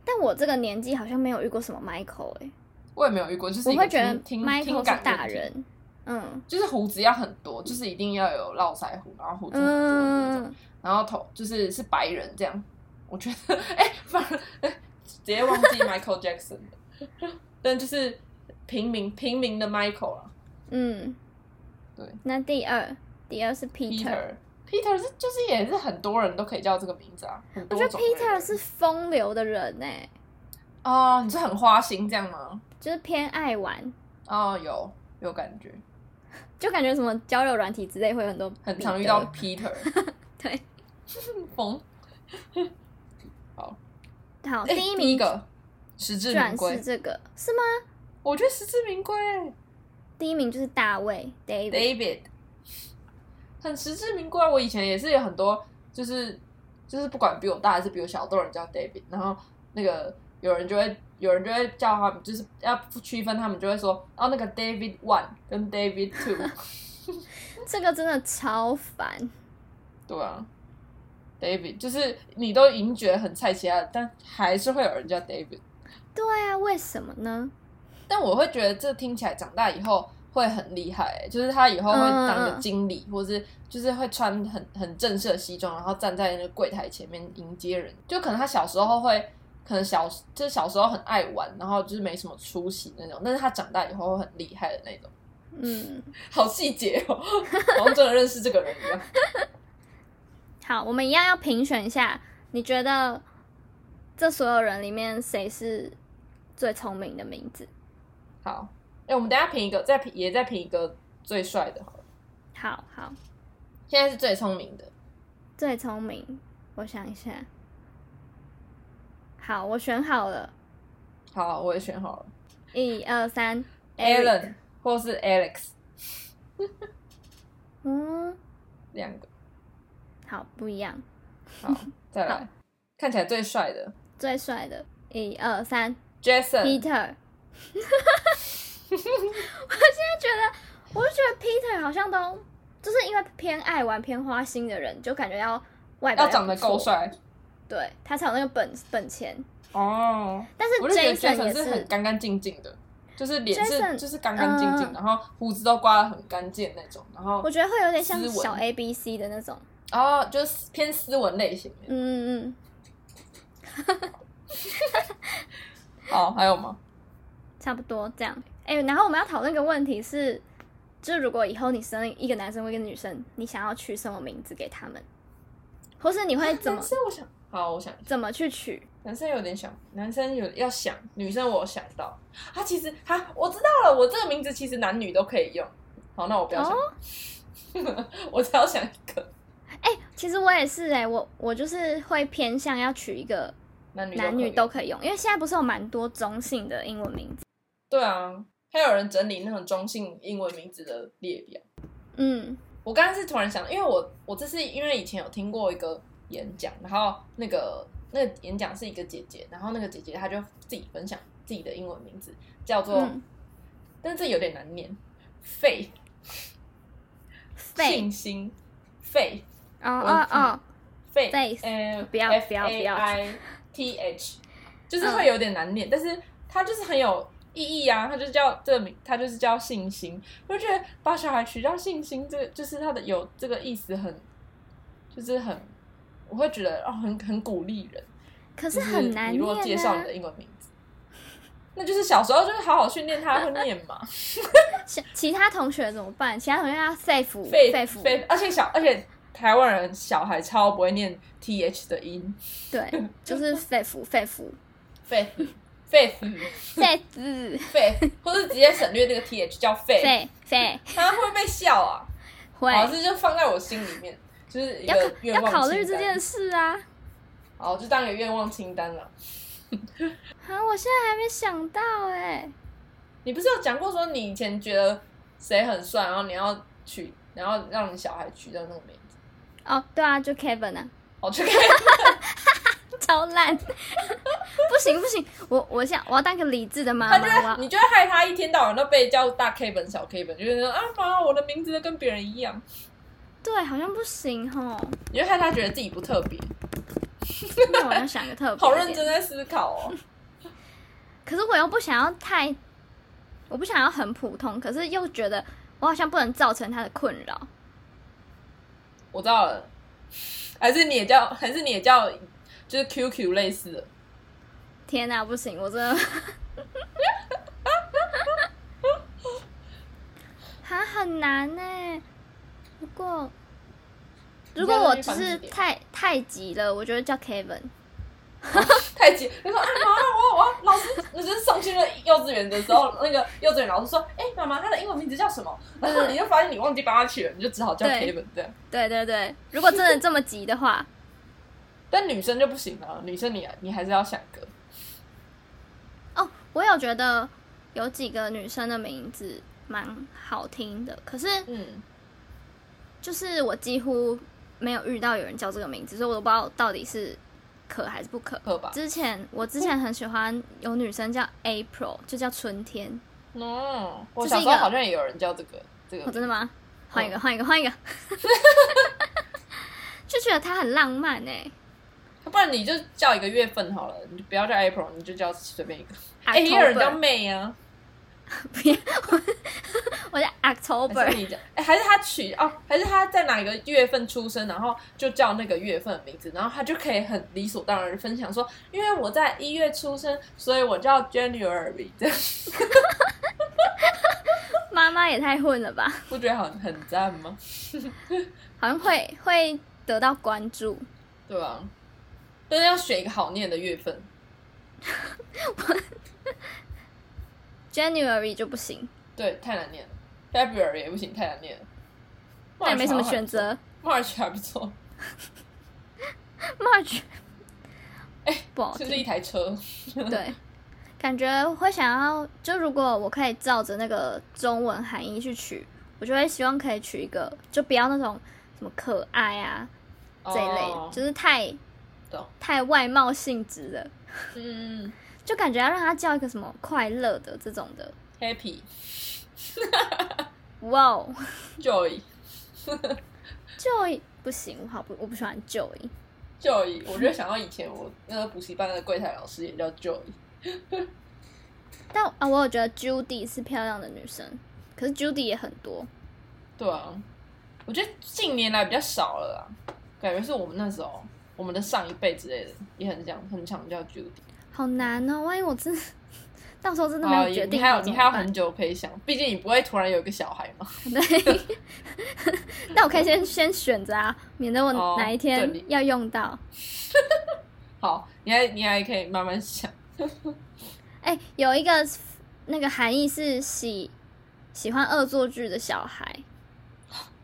Speaker 1: 但我这个年纪好像没有遇过什么 Michael 哎、
Speaker 2: 我也没有遇过，就是
Speaker 1: 我
Speaker 2: 一个
Speaker 1: 会觉得
Speaker 2: 听听听
Speaker 1: Michael
Speaker 2: 感
Speaker 1: 是大
Speaker 2: 问题，
Speaker 1: 人，嗯
Speaker 2: 就是胡子要很多，就是一定要有络腮胡，然后胡子很多的那种。
Speaker 1: 嗯，
Speaker 2: 然后头就是是白人这样，我觉得哎、反而哎直接忘记 Michael Jackson 了， <laughs> 但就是平民平民的 Michael 啊
Speaker 1: 嗯，
Speaker 2: 对。
Speaker 1: 那第二第二是 Peter，
Speaker 2: ，Peter Peter 是就是也是很多人都可以叫这个名字啊，很
Speaker 1: 我
Speaker 2: 多
Speaker 1: 觉得
Speaker 2: 种类的
Speaker 1: Peter 是风流的人哎、
Speaker 2: 哦，你是很花心这样吗？
Speaker 1: 就是偏爱玩，
Speaker 2: 哦，有有感觉，
Speaker 1: 就感觉什么交友软体之类会有很多
Speaker 2: 很
Speaker 1: Peter
Speaker 2: 常遇到 Peter
Speaker 1: <laughs> 对。
Speaker 2: <laughs> 疯。
Speaker 1: 好，第
Speaker 2: 哎
Speaker 1: 一
Speaker 2: 第一
Speaker 1: 名
Speaker 2: 个实至
Speaker 1: 居
Speaker 2: 名
Speaker 1: 然是
Speaker 2: 归，
Speaker 1: 这个是吗？
Speaker 2: 我觉得实至名归。
Speaker 1: 第一名就是大卫 David，
Speaker 2: David，很实至名归啊。我以前也是有很多，就是就是不管比我大还是比我小，都有人叫 David。然后那个有人就会有人就会叫他们，就是要区分他们，就会说哦那个 David One 跟 David Two， <laughs>
Speaker 1: 这个真的超烦，
Speaker 2: 对啊。David 就是你都已经觉得很菜其他的，但还是会有人叫 David。
Speaker 1: 对啊，为什么呢？
Speaker 2: 但我会觉得这听起来长大以后会很厉害、就是他以后会当一个经理，或是就是会穿很很正式的西装，然后站在那个柜台前面迎接人。就可能他小时候会，可能小就是小时候很爱玩，然后就是没什么出息那种，但是他长大以后会很厉害的那种。
Speaker 1: 嗯，
Speaker 2: 好细节哦， <laughs> 好像真的认识这个人一样。
Speaker 1: 好，我们一样要评选一下，你觉得这所有人里面谁是最聪明的名字？
Speaker 2: 好，哎、我们等一下评一个，再评也再评一个最帅的好了。
Speaker 1: 好好，
Speaker 2: 现在是最聪明的，
Speaker 1: 最聪明，我想一下。好，我选好了，
Speaker 2: 好，我也选好了
Speaker 1: 一二三 Eric
Speaker 2: ，Alan 或是 Alex
Speaker 1: 嗯，
Speaker 2: 两个。
Speaker 1: 好，不一样，
Speaker 2: 好，再来
Speaker 1: 好，
Speaker 2: 看起来最帅的
Speaker 1: 最帅的，一二三
Speaker 2: Jason，
Speaker 1: Peter。我现在觉得，我就觉得 Peter 好像都就是因为偏爱玩、偏花心的人，就感觉要外表
Speaker 2: 要长得
Speaker 1: 不错
Speaker 2: 够，帅
Speaker 1: 对他才有那个本本钱。
Speaker 2: 哦。
Speaker 1: 但是
Speaker 2: 我就觉得
Speaker 1: Jason
Speaker 2: Jason
Speaker 1: 也
Speaker 2: 是很干干净净的，就是脸是
Speaker 1: Jason，
Speaker 2: 就是干干净净，
Speaker 1: 嗯
Speaker 2: 然后胡子都刮得很干净那种，然后
Speaker 1: 我觉得会有点像
Speaker 2: 斯文
Speaker 1: 小 A B C 的那种。
Speaker 2: 哦就是偏斯文类型的。
Speaker 1: 嗯嗯
Speaker 2: 好，还有吗？
Speaker 1: 嗯，差不多这样。哎、然后我们要讨论一个问题是，就是如果以后你生一个男生或一个女生，你想要取什么名字给他们，或是你会怎
Speaker 2: <laughs>
Speaker 1: 么
Speaker 2: 男生我想，好，我想
Speaker 1: 怎么去取？
Speaker 2: 男生有点想，男生有要想，女生我有想到，他其实他我知道了，我这个名字其实男女都可以用。好，那我不要想，
Speaker 1: 哦
Speaker 2: <laughs> 我只要想一个
Speaker 1: 哎、其实我也是哎、我我就是会偏向要取一个
Speaker 2: 男女
Speaker 1: 男
Speaker 2: 可以
Speaker 1: 女
Speaker 2: 用
Speaker 1: 都可以用，因为现在不是有蛮多中性的英文名字。
Speaker 2: 对啊，还有人整理那种中性英文名字的列表。
Speaker 1: 嗯
Speaker 2: 我刚刚是突然想到，因为我我这是因为以前有听过一个演讲，然后那个那个演讲是一个姐姐，然后那个姐姐她就自己分享自己的英文名字，叫做，
Speaker 1: 嗯
Speaker 2: 但是有点难念，faith
Speaker 1: ，face
Speaker 2: 信心，faith
Speaker 1: 哦哦哦，
Speaker 2: faith
Speaker 1: Faith，
Speaker 2: 呃
Speaker 1: 不要
Speaker 2: F
Speaker 1: 不要
Speaker 2: A
Speaker 1: 不要嗯
Speaker 2: I T
Speaker 1: <laughs>
Speaker 2: H，就是会有点难念，但是它就是很有意义啊，它就叫这个名，它就是叫信心。我就觉得把小孩取叫信心，这个就是它的有这个意思很，就是很，我会觉得哦，很很鼓励人。
Speaker 1: 可
Speaker 2: 就是
Speaker 1: 很难
Speaker 2: 你如果介
Speaker 1: 念
Speaker 2: 绍
Speaker 1: 啊
Speaker 2: 你的。英文名字，那就是小时候就是好好训练它会念
Speaker 1: <laughs>
Speaker 2: 嘛。
Speaker 1: 其其他同学怎么办？其他同学要 safe
Speaker 2: faith
Speaker 1: 肺腑
Speaker 2: faith，而且小而且台湾人小孩超不会念 T H 的音
Speaker 1: 对，就是肺腑肺腑
Speaker 2: ，faith faith
Speaker 1: 肺子
Speaker 2: faith，或是直接省略那个 T H 叫 faith，
Speaker 1: 肺肺
Speaker 2: 他会被笑啊。
Speaker 1: 会
Speaker 2: 好，这就放在我心里面，就是一
Speaker 1: 要
Speaker 2: 个
Speaker 1: 考
Speaker 2: 愿
Speaker 1: 要
Speaker 2: 望
Speaker 1: 考虑
Speaker 2: 清
Speaker 1: 这
Speaker 2: 单
Speaker 1: 件事啊。
Speaker 2: 好，就当一个愿望清单了。
Speaker 1: 啊，我现在还没想到哎、
Speaker 2: 你不是有讲过说你以前觉得谁很帅，然后你要取，然后让你小孩取叫那个名字？
Speaker 1: 哦，对啊，就 Kevin 啊， <laughs>
Speaker 2: 哦，这个
Speaker 1: 超烂， <laughs> 不行不行，我我想我要当个理智的妈
Speaker 2: 他
Speaker 1: 啊妈，
Speaker 2: 就
Speaker 1: 我要
Speaker 2: 会，你就会害他一天到晚都被叫大 K 本、小 K 本，就是说啊妈，我的名字都跟别人一样，
Speaker 1: 对，好像不行哦吼。
Speaker 2: 你就害他觉得自己不特别。
Speaker 1: 那我要想个特别，
Speaker 2: <laughs> 好认真。在思考哦。
Speaker 1: 可是我又不想要太，我不想要很普通，可是又觉得我好像不能造成他的困扰。
Speaker 2: 我知道了，还是你也叫，还是你也叫，就是 QQ 类似的。
Speaker 1: 天哪、不行，我真的。 <laughs> 哈，很难呢、如果如果我只是太太急了，我就会叫 Kevin。
Speaker 2: 太急，你说啊妈妈，我我老师，你就是送去那幼稚园的时候，那个幼稚园老师说，哎、妈妈，他的英文名字叫什么？然后你就发现你忘记帮他取了，你就只好叫
Speaker 1: 对
Speaker 2: Kevin 这样。
Speaker 1: 对对对，如果真的这么急的话，
Speaker 2: 但女生就不行了，女生你你还是要想个，
Speaker 1: 哦，我有觉得有几个女生的名字蛮好听的，可是
Speaker 2: 嗯，
Speaker 1: 就是我几乎没有遇到有人叫这个名字，所以我都不知道到底是可还是不可。
Speaker 2: 可吧？
Speaker 1: 之前我之前很喜欢有女生叫 April，就叫春天。
Speaker 2: 嗯，我
Speaker 1: 这是
Speaker 2: 小
Speaker 1: 一
Speaker 2: 时
Speaker 1: 个
Speaker 2: 候好像也有人叫这个这
Speaker 1: 哦，
Speaker 2: 个，
Speaker 1: 真的吗？换一个，换一个，换一个， <laughs> 就觉得她很浪漫哎、
Speaker 2: 不然你就叫一个月份好了，你就不要叫 April，你就叫随便一个。哎、
Speaker 1: 欸。
Speaker 2: 也有人叫 May 啊。
Speaker 1: <laughs> 我叫
Speaker 2: 还
Speaker 1: October，
Speaker 2: 是你的，哎、还是他取哦，还是他在哪个月份出生，然后就叫那个月份的名字，然后他就可以很理所当然的分享说，因为我在一月出生，所以我叫 January，这样 <laughs>
Speaker 1: 妈妈也太混了吧？
Speaker 2: 不觉得很很赞吗？
Speaker 1: 好像会会得到关注。
Speaker 2: 对吧、啊？但是要选一个好念的月份，
Speaker 1: January 就不行，
Speaker 2: 对，太难念了。February 也不行，太难念了。
Speaker 1: 但也没什么
Speaker 2: March
Speaker 1: 选择。
Speaker 2: ，March 还不错，
Speaker 1: March，
Speaker 2: 哎
Speaker 1: 不好
Speaker 2: 就是一
Speaker 1: 听。
Speaker 2: 台车。 <laughs>
Speaker 1: 对，感觉会想要，就如果我可以照着那个中文含义去取，我就会希望可以取一个，就不要那种什么可爱啊这一类的
Speaker 2: 哦
Speaker 1: 就是太
Speaker 2: 懂
Speaker 1: 太外貌性质的，
Speaker 2: 嗯
Speaker 1: 就感觉要让他叫一个什么快乐的这种的。
Speaker 2: ，Happy
Speaker 1: 哇哦 <laughs>
Speaker 2: Joy。
Speaker 1: ，Joy 不行，我好不我不喜欢 Joy。
Speaker 2: Joy，我就想到以前我那个补习班的柜台老师也叫 Joy，
Speaker 1: 但啊，我有觉得 Judy 是漂亮的女生，可是 Judy 也很多。
Speaker 2: 对啊，我觉得近年来比较少了啦，感觉是我们那时候，我们的上一辈之类的也很想很想叫 Judy。
Speaker 1: 好难哦！万一我真 <laughs> 到时候真的没
Speaker 2: 啊，
Speaker 1: 有
Speaker 2: 也
Speaker 1: 决
Speaker 2: 你
Speaker 1: 定
Speaker 2: 还
Speaker 1: 好
Speaker 2: 有
Speaker 1: 怎
Speaker 2: 你
Speaker 1: 么
Speaker 2: 还有
Speaker 1: 办，
Speaker 2: 很久可以想，毕竟你不会突然有一个小孩嘛。
Speaker 1: 对。 <laughs> 但我可以先先选择啊，免得我
Speaker 2: 哦
Speaker 1: 哪一
Speaker 2: 对
Speaker 1: 天
Speaker 2: 你
Speaker 1: 要用到。
Speaker 2: 好，你还你还可以慢慢想。
Speaker 1: 哎、有一个那个含义是喜喜欢恶作剧的小孩，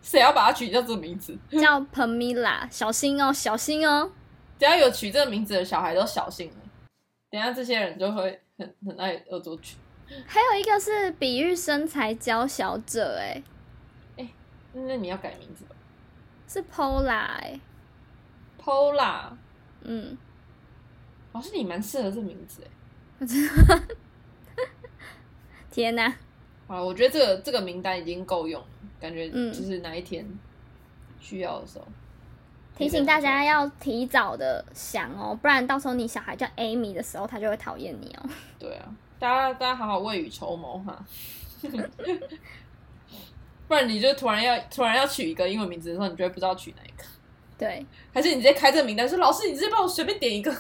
Speaker 2: 谁要把它取叫这个名字？
Speaker 1: 叫 Pamela，小心哦，小心哦。
Speaker 2: 只要有取这个名字的小孩都小心了，等一下这些人就会很很爱恶作剧。
Speaker 1: 还有一个是比喻身材娇小者、哎，
Speaker 2: 那你要改名字吧
Speaker 1: 是 Pola，哎、
Speaker 2: ，Pola，
Speaker 1: 嗯，
Speaker 2: 好像你蛮适合这名字哎。
Speaker 1: 天哪、
Speaker 2: 好，我觉得这个这个名单已经够用了，感觉
Speaker 1: 嗯
Speaker 2: 就是哪一天需要的时候。
Speaker 1: 提醒大家要提早的想哦，不然到时候你小孩叫 Amy 的时候，他就会讨厌你哦。
Speaker 2: 对啊，大家大家好好未雨绸缪哈， <laughs> 不然你就突然要突然要取一个英文名字的时候，你就会不知道取哪一个，
Speaker 1: 对，
Speaker 2: 还是你直接开这个名单说老师，你直接帮我随便点一个。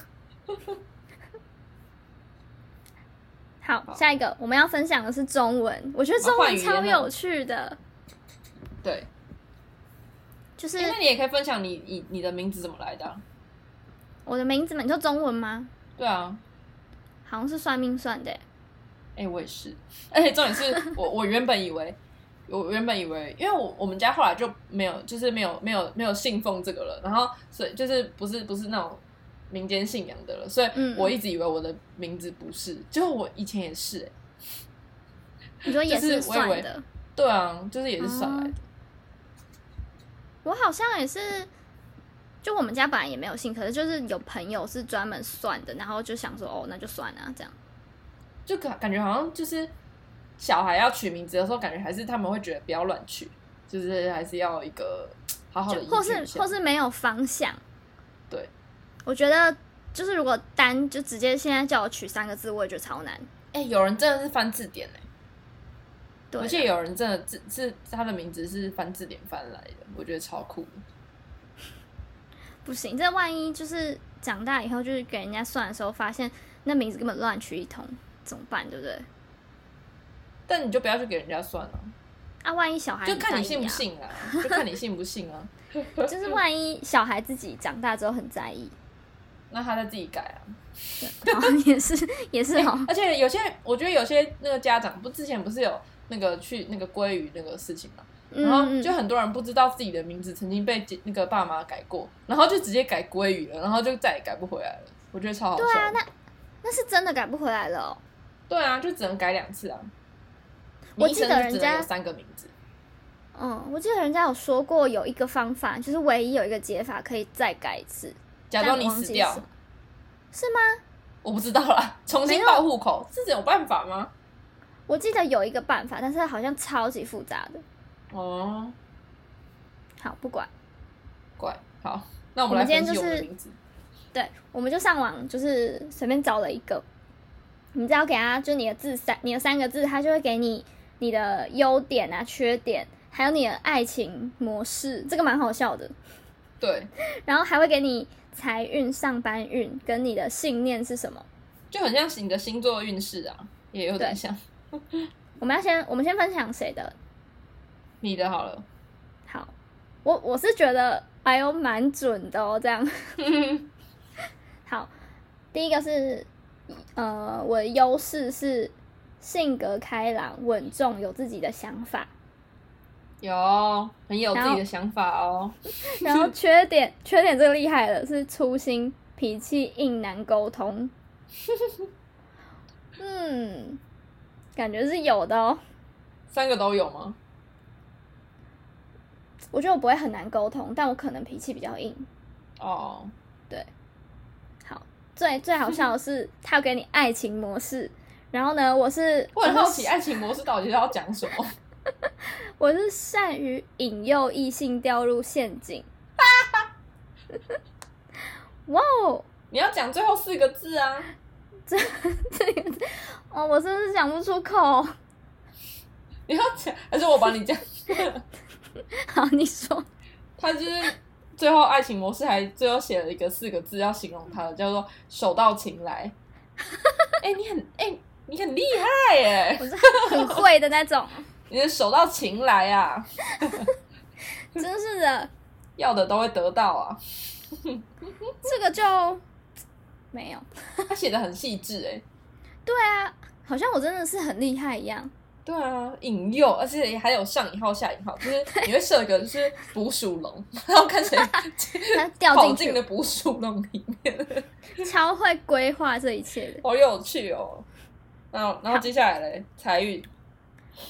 Speaker 1: 好，
Speaker 2: 好
Speaker 1: 下一个我们要分享的是中文，我觉得中
Speaker 2: 换
Speaker 1: 文
Speaker 2: 语言了
Speaker 1: 超有趣的。
Speaker 2: 对，
Speaker 1: 就是
Speaker 2: 诶那你也可以分享你你你的名字怎么来的啊、
Speaker 1: 我的名字嘛，你说中文吗？
Speaker 2: 对啊，
Speaker 1: 好像是算命算的耶，欸
Speaker 2: 哎、我也是， <laughs> 而且重点是我我原本以为，我原本以为，因为我我们家后来就没有，就是没有没有没有信奉这个了，然后所以就是不是不是那种民间信仰的了，所以
Speaker 1: 嗯
Speaker 2: 我一直以为我的名字不是，就我以前也是、欸，
Speaker 1: 你说也
Speaker 2: 就是我以
Speaker 1: 算
Speaker 2: 为
Speaker 1: 的。
Speaker 2: 对啊，就是也是算来的，
Speaker 1: 哦我好像也是，就我们家本来也没有信，可是就是有朋友是专门算的，然后就想说哦，那就算啊，这样。
Speaker 2: 就感感觉好像就是小孩要取名字的时候，感觉还是他们会觉得不要乱取，就是还是要一个好好的
Speaker 1: 就
Speaker 2: 依
Speaker 1: 或
Speaker 2: 据
Speaker 1: 是
Speaker 2: 一下
Speaker 1: 或是没有方向。
Speaker 2: 对，
Speaker 1: 我觉得就是如果单就直接现在叫我取三个字，我也觉得超难。
Speaker 2: 哎、有人真的是翻字典哎、
Speaker 1: 对啊
Speaker 2: 而且有人真的字是他的名字是翻字典翻来的，我觉得超酷的。
Speaker 1: 不行，这万一就是长大以后就是给人家算的时候，发现那名字根本乱取一通，怎么办？对不对？
Speaker 2: 但你就不要去给人家算了、
Speaker 1: 啊，万一小孩
Speaker 2: 就
Speaker 1: 很
Speaker 2: 看你
Speaker 1: 在意
Speaker 2: 信不
Speaker 1: 啊，
Speaker 2: 信啊， <laughs> 就看你信不信啊。
Speaker 1: <laughs> 就是万一小孩自己长大之后很在意，
Speaker 2: 那他再自己改啊。
Speaker 1: 然后也 <laughs> 是也是哦，
Speaker 2: 而且有些，我觉得有些那个家长不之前不是有那个去那个鲑鱼那个事情嘛，然后
Speaker 1: 嗯，
Speaker 2: 就很多人不知道自己的名字曾经被那个爸妈改过，然后就直接改鲑鱼了，然后就再也改不回来了。我觉得超好笑的。对啊，那
Speaker 1: 那是真的改不回来了、哦。
Speaker 2: 对啊，就只能改两次啊。你
Speaker 1: 我
Speaker 2: 一
Speaker 1: 记
Speaker 2: 生
Speaker 1: 得
Speaker 2: 就
Speaker 1: 人
Speaker 2: 只能
Speaker 1: 家
Speaker 2: 有三个名字。
Speaker 1: 嗯，我记得人家有说过有一个方法，就是唯一有一个解法可以再改一次，
Speaker 2: 假装你
Speaker 1: 但我忘
Speaker 2: 死
Speaker 1: 记
Speaker 2: 掉
Speaker 1: 是，
Speaker 2: 是吗？我不知道啦， <laughs> 重新
Speaker 1: 没有
Speaker 2: 报户口，这有办法吗？
Speaker 1: 我记得有一个办法，但是好像超级复杂的。
Speaker 2: 哦，
Speaker 1: 好，不管，
Speaker 2: 怪，好，那我们
Speaker 1: 我
Speaker 2: 来
Speaker 1: 们今天
Speaker 2: 分析
Speaker 1: 就
Speaker 2: 我们的
Speaker 1: 是
Speaker 2: 名字。
Speaker 1: 对，我们就上网就是随便找了一个，你只要给他就你的字三，你的三个字，他就会给你你的优点啊、缺点，还有你的爱情模式，这个蛮好笑的。
Speaker 2: 对，
Speaker 1: 然后还会给你财运、上班运跟你的信念是什么。
Speaker 2: 就很像你的星座运势啊，也有点
Speaker 1: 对 <laughs>
Speaker 2: 像
Speaker 1: 我们要先，我们先分享谁的？
Speaker 2: 你的好了。
Speaker 1: 好，我我是觉得，哎呦，蛮准的哦，这样。好，第一个是，呃，我的优势是性格开朗、稳重，有自己的想法。
Speaker 2: 有很有自
Speaker 1: 然
Speaker 2: 己
Speaker 1: 后
Speaker 2: 的想法哦， <laughs>
Speaker 1: 然后缺点， <laughs> 缺点最厉害了，是粗心、脾气硬、难沟通。嗯，感觉是有的哦。
Speaker 2: 三个都有吗？
Speaker 1: 我觉得我不会很难沟通，但我可能脾气比较硬。
Speaker 2: 哦，
Speaker 1: 好，最最好笑的 <laughs> 是，他有给你爱情模式。然后呢，我是
Speaker 2: 我很好
Speaker 1: 是
Speaker 2: 奇爱情模式到底是要讲什么？
Speaker 1: 我是善于引诱异性掉入陷阱。 <laughs> 哇哦，
Speaker 2: 你要讲最后四个字啊，
Speaker 1: 哦，我真是讲不出口。 <laughs>
Speaker 2: 你要讲还是我帮你讲？
Speaker 1: 好，你说，
Speaker 2: 他就是最后爱情模式还最后写了一个四个字要形容他的，叫做手到擒来。哎、你很哎、你很厉害耶！
Speaker 1: 我是很会的那种，
Speaker 2: 你的手到擒来啊，
Speaker 1: <laughs> 真是的，
Speaker 2: 要的都会得到啊。
Speaker 1: 这个就没有。
Speaker 2: 他写的很细致哎。
Speaker 1: 对啊，好像我真的是很厉害一样。
Speaker 2: 对啊，引诱，而且还有上引号、下引号，就是你会设一个就是捕鼠笼， <laughs> 然后看谁
Speaker 1: 他掉
Speaker 2: 跑
Speaker 1: 进
Speaker 2: 进
Speaker 1: 去，
Speaker 2: 了捕鼠笼里面， <laughs>
Speaker 1: 超会规划这一切的。
Speaker 2: 好有趣哦。然后，然后接下来嘞，财运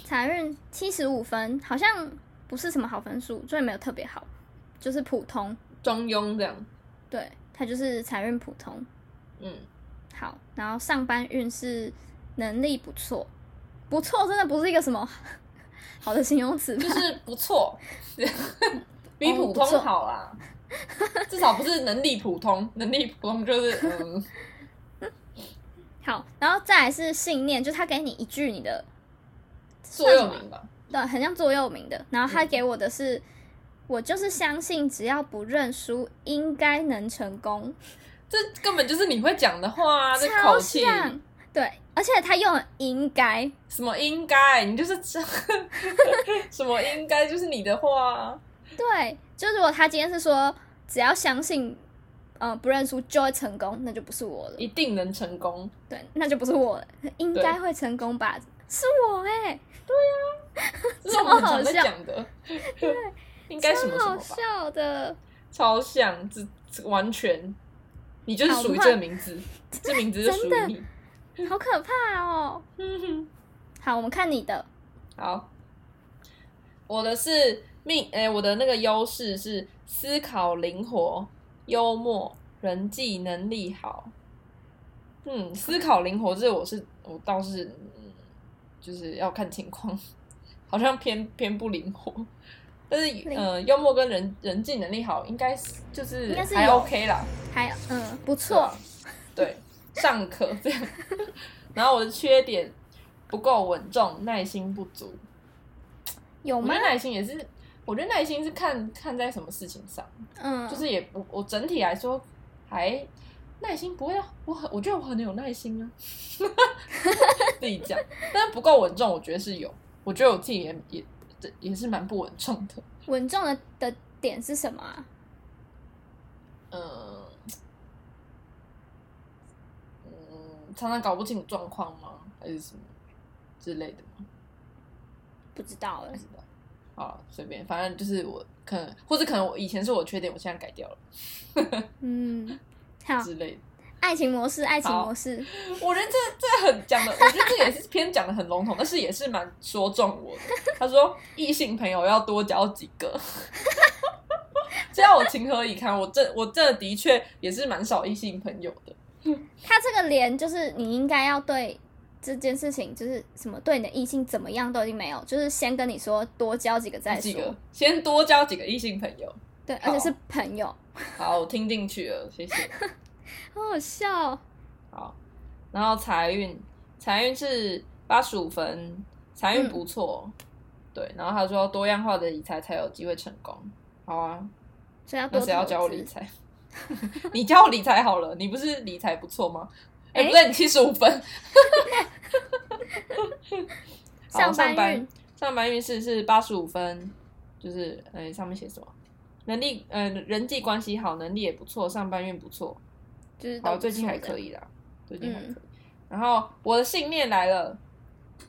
Speaker 1: 财运七十五分，好像不是什么好分数，所以没有特别好，就是普通。
Speaker 2: 中庸这样，
Speaker 1: 对，他就是财运普通。
Speaker 2: 嗯，
Speaker 1: 好，然后上班运势能力不错，不错真的不是一个什么 <laughs> 好的形容词吧，
Speaker 2: 就是
Speaker 1: <laughs>
Speaker 2: 不错，比普通好啦，
Speaker 1: 哦
Speaker 2: 至少不是能力普通，能力普通就是
Speaker 1: <laughs>
Speaker 2: 嗯，
Speaker 1: 好，然后再来是信念，就他给你一句你的，
Speaker 2: 座右铭吧。
Speaker 1: 对，很像座右铭的，然后他
Speaker 2: 嗯
Speaker 1: 给我的是。我就是相信，只要不认输，应该能成功。
Speaker 2: 这根本就是你会讲的话啊，这
Speaker 1: 超
Speaker 2: 口气
Speaker 1: 像，对，而且他用了应该，
Speaker 2: <laughs> 什么应该，你就是什么应该就是你的话啊、
Speaker 1: 对，就如果他今天是说只要相信，呃，不认输就会成功，那就不是我了。
Speaker 2: 一定能成功。
Speaker 1: 对，那就不是我了，应该会成功吧？是我哎、
Speaker 2: 这是我
Speaker 1: 超
Speaker 2: 们常在
Speaker 1: 好笑
Speaker 2: 讲的，对，应该什么什
Speaker 1: 好
Speaker 2: 么吧，
Speaker 1: 笑的。
Speaker 2: <laughs> 超像，这这完全，你就是属于
Speaker 1: 好
Speaker 2: 这个名字，这名字是属于
Speaker 1: 真
Speaker 2: 你。
Speaker 1: 好可怕
Speaker 2: <laughs>
Speaker 1: 哦！
Speaker 2: 嗯
Speaker 1: 好，我们看你的，
Speaker 2: 哼，好，我的是命，哎、我的那个优势是思考灵活、幽默、人际能力好。嗯，思考灵活这我是我倒是，嗯，就是要看情况， <laughs> 好像偏偏不灵活。但是，
Speaker 1: 灵
Speaker 2: 呃，幽默跟人人际能力好，应该是就是
Speaker 1: 应该是
Speaker 2: 还
Speaker 1: 有
Speaker 2: OK 啦。
Speaker 1: 还嗯不错，
Speaker 2: 对，上课这样。 <laughs> 然后我的缺点不够稳重，耐心不足。
Speaker 1: 有
Speaker 2: 我
Speaker 1: 吗
Speaker 2: 觉得？耐心也是，我觉得耐心是看看在什么事情上，
Speaker 1: 嗯，
Speaker 2: 就是也我我整体来说还耐心不会啊，我很我觉得我很有耐心啊， <laughs> 自己讲，但是不够稳重，我觉得是有，我觉得我自己也也这也是蛮不稳重的，
Speaker 1: 稳重的的点是什么啊？
Speaker 2: 嗯、嗯，常常搞不清楚状况吗，还是什么之类的吗？
Speaker 1: 不知道欸了
Speaker 2: 不。知道，好，随便，反正就是我可能，或者可能我以前是我缺点，我现在改掉了
Speaker 1: 嗯，好，
Speaker 2: 之类的。
Speaker 1: 爱情模式，爱情模式，
Speaker 2: 我觉得这这很讲的，我觉得这也是偏讲的很笼统，但是也是蛮说中我的。他说异性朋友要多交几个， <laughs> 这让我情何以堪。我这我这的确也是蛮少异性朋友的。
Speaker 1: 他这个连就是你应该要对这件事情，就是什么对你的异性怎么样都已经没有，就是先跟你说多交几个再
Speaker 2: 几个
Speaker 1: 说，
Speaker 2: 先多交几个异性朋友。
Speaker 1: 对，
Speaker 2: 好
Speaker 1: 而且是朋友，
Speaker 2: 好，我听进去了，谢谢。
Speaker 1: 好好笑哦。
Speaker 2: 好，然后财运，财运是八十五分，财运不错。
Speaker 1: 嗯
Speaker 2: 对，然后他说多样化的理财才有机会成功。好啊，
Speaker 1: 所以要多
Speaker 2: 那谁要教
Speaker 1: 投
Speaker 2: 我理
Speaker 1: 资，
Speaker 2: 财？ <laughs> 你教我理财好了，你不是理财不错吗？哎、
Speaker 1: 哎
Speaker 2: 不对，你七十
Speaker 1: <laughs>
Speaker 2: 五分。好
Speaker 1: 上
Speaker 2: 上
Speaker 1: 班
Speaker 2: 班
Speaker 1: 运
Speaker 2: 上班运势是八十五分，就是哎、上面写什么？能力呃人际关系好，能力也不错，上班运不错。
Speaker 1: 就是
Speaker 2: 好，
Speaker 1: 都
Speaker 2: 最近还
Speaker 1: 不错
Speaker 2: 可
Speaker 1: 的，
Speaker 2: 以啦，最近还可以。
Speaker 1: 嗯
Speaker 2: 然后我的信念来了，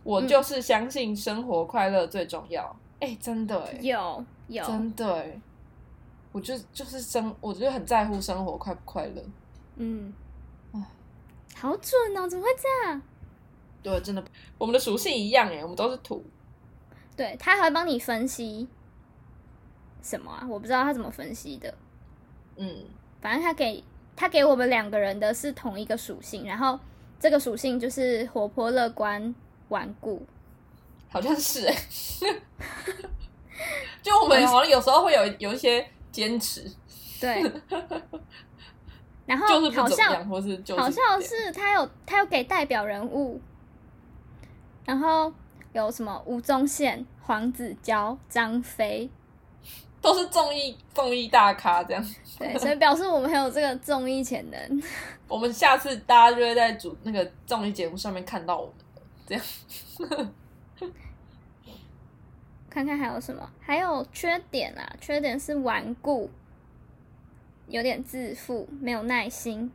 Speaker 2: 我
Speaker 1: 嗯
Speaker 2: 就是相信生活快乐最重要。哎、真的哎、
Speaker 1: 有有，
Speaker 2: 真的哎、我就就是生，我就很在乎生活快不快乐。
Speaker 1: 嗯
Speaker 2: 唉，
Speaker 1: 好准哦，怎么会这样？
Speaker 2: 对，真的，我们的属性一样哎、我们都是土。
Speaker 1: 对他还会帮你分析什么啊？我不知道他怎么分析的，
Speaker 2: 嗯，
Speaker 1: 反正他给他给我们两个人的是同一个属性，然后这个属性就是活泼、乐观、顽固。
Speaker 2: 好像是哎、 <laughs> 就我们好像有时候会有有一些坚持，
Speaker 1: 对，
Speaker 2: <laughs>
Speaker 1: 然
Speaker 2: 就
Speaker 1: 后
Speaker 2: 是不
Speaker 1: 好
Speaker 2: 怎么样，
Speaker 1: 像
Speaker 2: 或是就是
Speaker 1: 好
Speaker 2: 这
Speaker 1: 像
Speaker 2: 样
Speaker 1: 是他有他有给代表人物，然后有什么吴宗宪、黄子佼、张飞，
Speaker 2: 都是综艺综艺大咖这样。
Speaker 1: 对，所以表示我们很有这个综艺潜能。 <laughs>
Speaker 2: 我们下次大家就会在主那个综艺节目上面看到我们的，这样
Speaker 1: 看看还有什么？还有缺点啊，缺点是顽固，有点自负，没有耐心。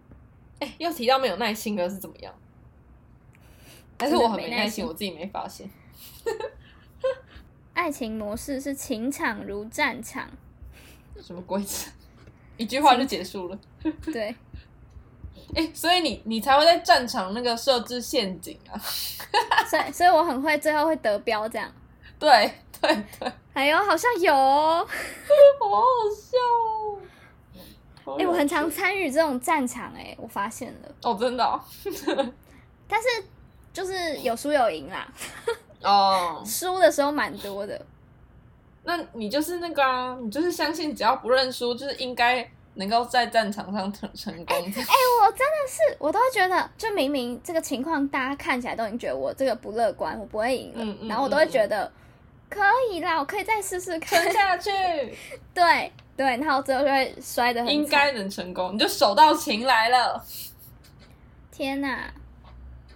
Speaker 2: 哎又提到没有耐心了是怎么样？还是我很没耐
Speaker 1: 真的没耐
Speaker 2: 心，
Speaker 1: 心
Speaker 2: 我自己没发现。
Speaker 1: 爱情模式是情场如战场，
Speaker 2: 什么规则？ <laughs> 一句话就结束 <laughs> 了。
Speaker 1: 对，
Speaker 2: 哎、所以你你才会在战场那个设置陷阱啊？ <laughs>
Speaker 1: 所以所以我很会，最后会得标这样。
Speaker 2: 对对对，
Speaker 1: 哎呦，好像有哦！
Speaker 2: <laughs> 好好笑哦！好有
Speaker 1: 哎、
Speaker 2: 趣
Speaker 1: 我很常参与这种战场、哎，我发现了，
Speaker 2: 哦，真的哦
Speaker 1: 但是就是有输有赢啦，
Speaker 2: 哦，
Speaker 1: 输的时候蛮多的。哎
Speaker 2: 那你就是那个啊，你就是相信只要不认输，就是应该能够在战场上成成功 <laughs> 的。
Speaker 1: 哎、我真的是，我都会觉得，就明明这个情况，大家看起来都已经觉得我这个不乐观，我不会赢了，
Speaker 2: 嗯嗯
Speaker 1: 然后我都会觉得、可以啦，我可以再试试看。 <laughs>
Speaker 2: 撑 <laughs> 下去，
Speaker 1: 对对，然后最后就会摔得很
Speaker 2: 应
Speaker 1: 惨。
Speaker 2: 该能成功，你就手到擒来了。
Speaker 1: 天哪，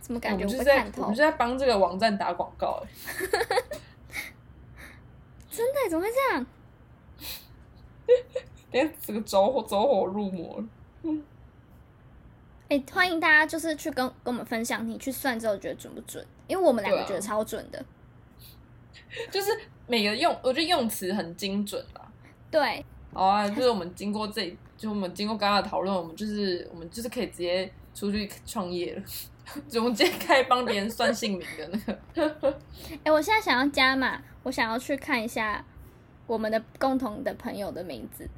Speaker 1: 怎么感
Speaker 2: 我
Speaker 1: 觉
Speaker 2: 们就
Speaker 1: 不
Speaker 2: 是在
Speaker 1: 看
Speaker 2: 我
Speaker 1: 透
Speaker 2: 们就？在帮这个网站打广告、欸，
Speaker 1: 真的怎么会这样？
Speaker 2: 连这个走火走火入魔了。
Speaker 1: 哎、欢迎大家就是去跟跟我们分享，你去算之后觉得准不准？因为我们两个
Speaker 2: 对啊
Speaker 1: 觉得超准的。
Speaker 2: 就是每个用，我觉得用词很精准啦。
Speaker 1: 对，
Speaker 2: 好
Speaker 1: <laughs>
Speaker 2: 啊，就是我们经过这，就我们经过刚刚的讨论，我们就是我们就是可以直接出去创业了， <laughs> 就我们直接开始帮别人算姓名的那个。
Speaker 1: 哎、我现在想要加码，我想要去看一下我们的共同的朋友的名字。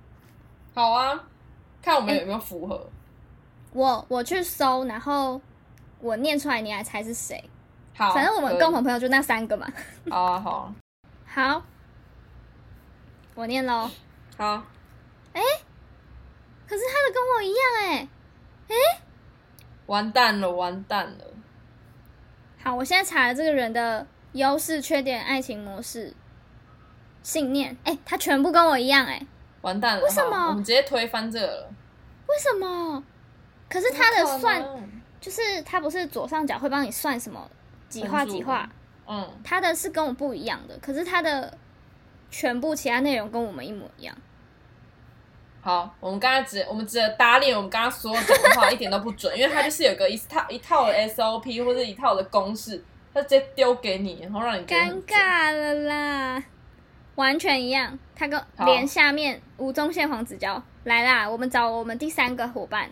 Speaker 2: 好啊，看我们
Speaker 1: 哎
Speaker 2: 有没有符合。
Speaker 1: 我我去搜，然后我念出来，你来猜是谁。
Speaker 2: 好，
Speaker 1: 反正我们
Speaker 2: 可以
Speaker 1: 共同朋友就那三个嘛。
Speaker 2: 好啊，好啊
Speaker 1: 好，我念喽。
Speaker 2: 好，
Speaker 1: 可是他的跟我一样哎、
Speaker 2: 完蛋了，完蛋了。
Speaker 1: 好，我现在查了这个人的优势、缺点、爱情模式、信念。哎、他全部跟我一样哎、
Speaker 2: 完蛋了！
Speaker 1: 为什么
Speaker 2: 好我们直接推翻这个了？
Speaker 1: 为什么？可是他的
Speaker 2: 不可
Speaker 1: 算
Speaker 2: 能
Speaker 1: 就是他不是左上角会帮你算什么几画
Speaker 2: 分数
Speaker 1: 几画，
Speaker 2: 嗯，
Speaker 1: 他的是跟我不一样的，可是他的全部其他内容跟我们一模一样。
Speaker 2: 好，我们刚才只我们只打脸我们刚刚所有讲的话一点都不准，因为它就是有个一套一套的 SOP 或者一套的公式，它直接丢给你，然后让你觉得很
Speaker 1: 尴
Speaker 2: 准。
Speaker 1: 尬了啦，完全一样。他跟
Speaker 2: 好
Speaker 1: 连下面吴宗宪、黄子佼来啦，我们找我们第三个伙伴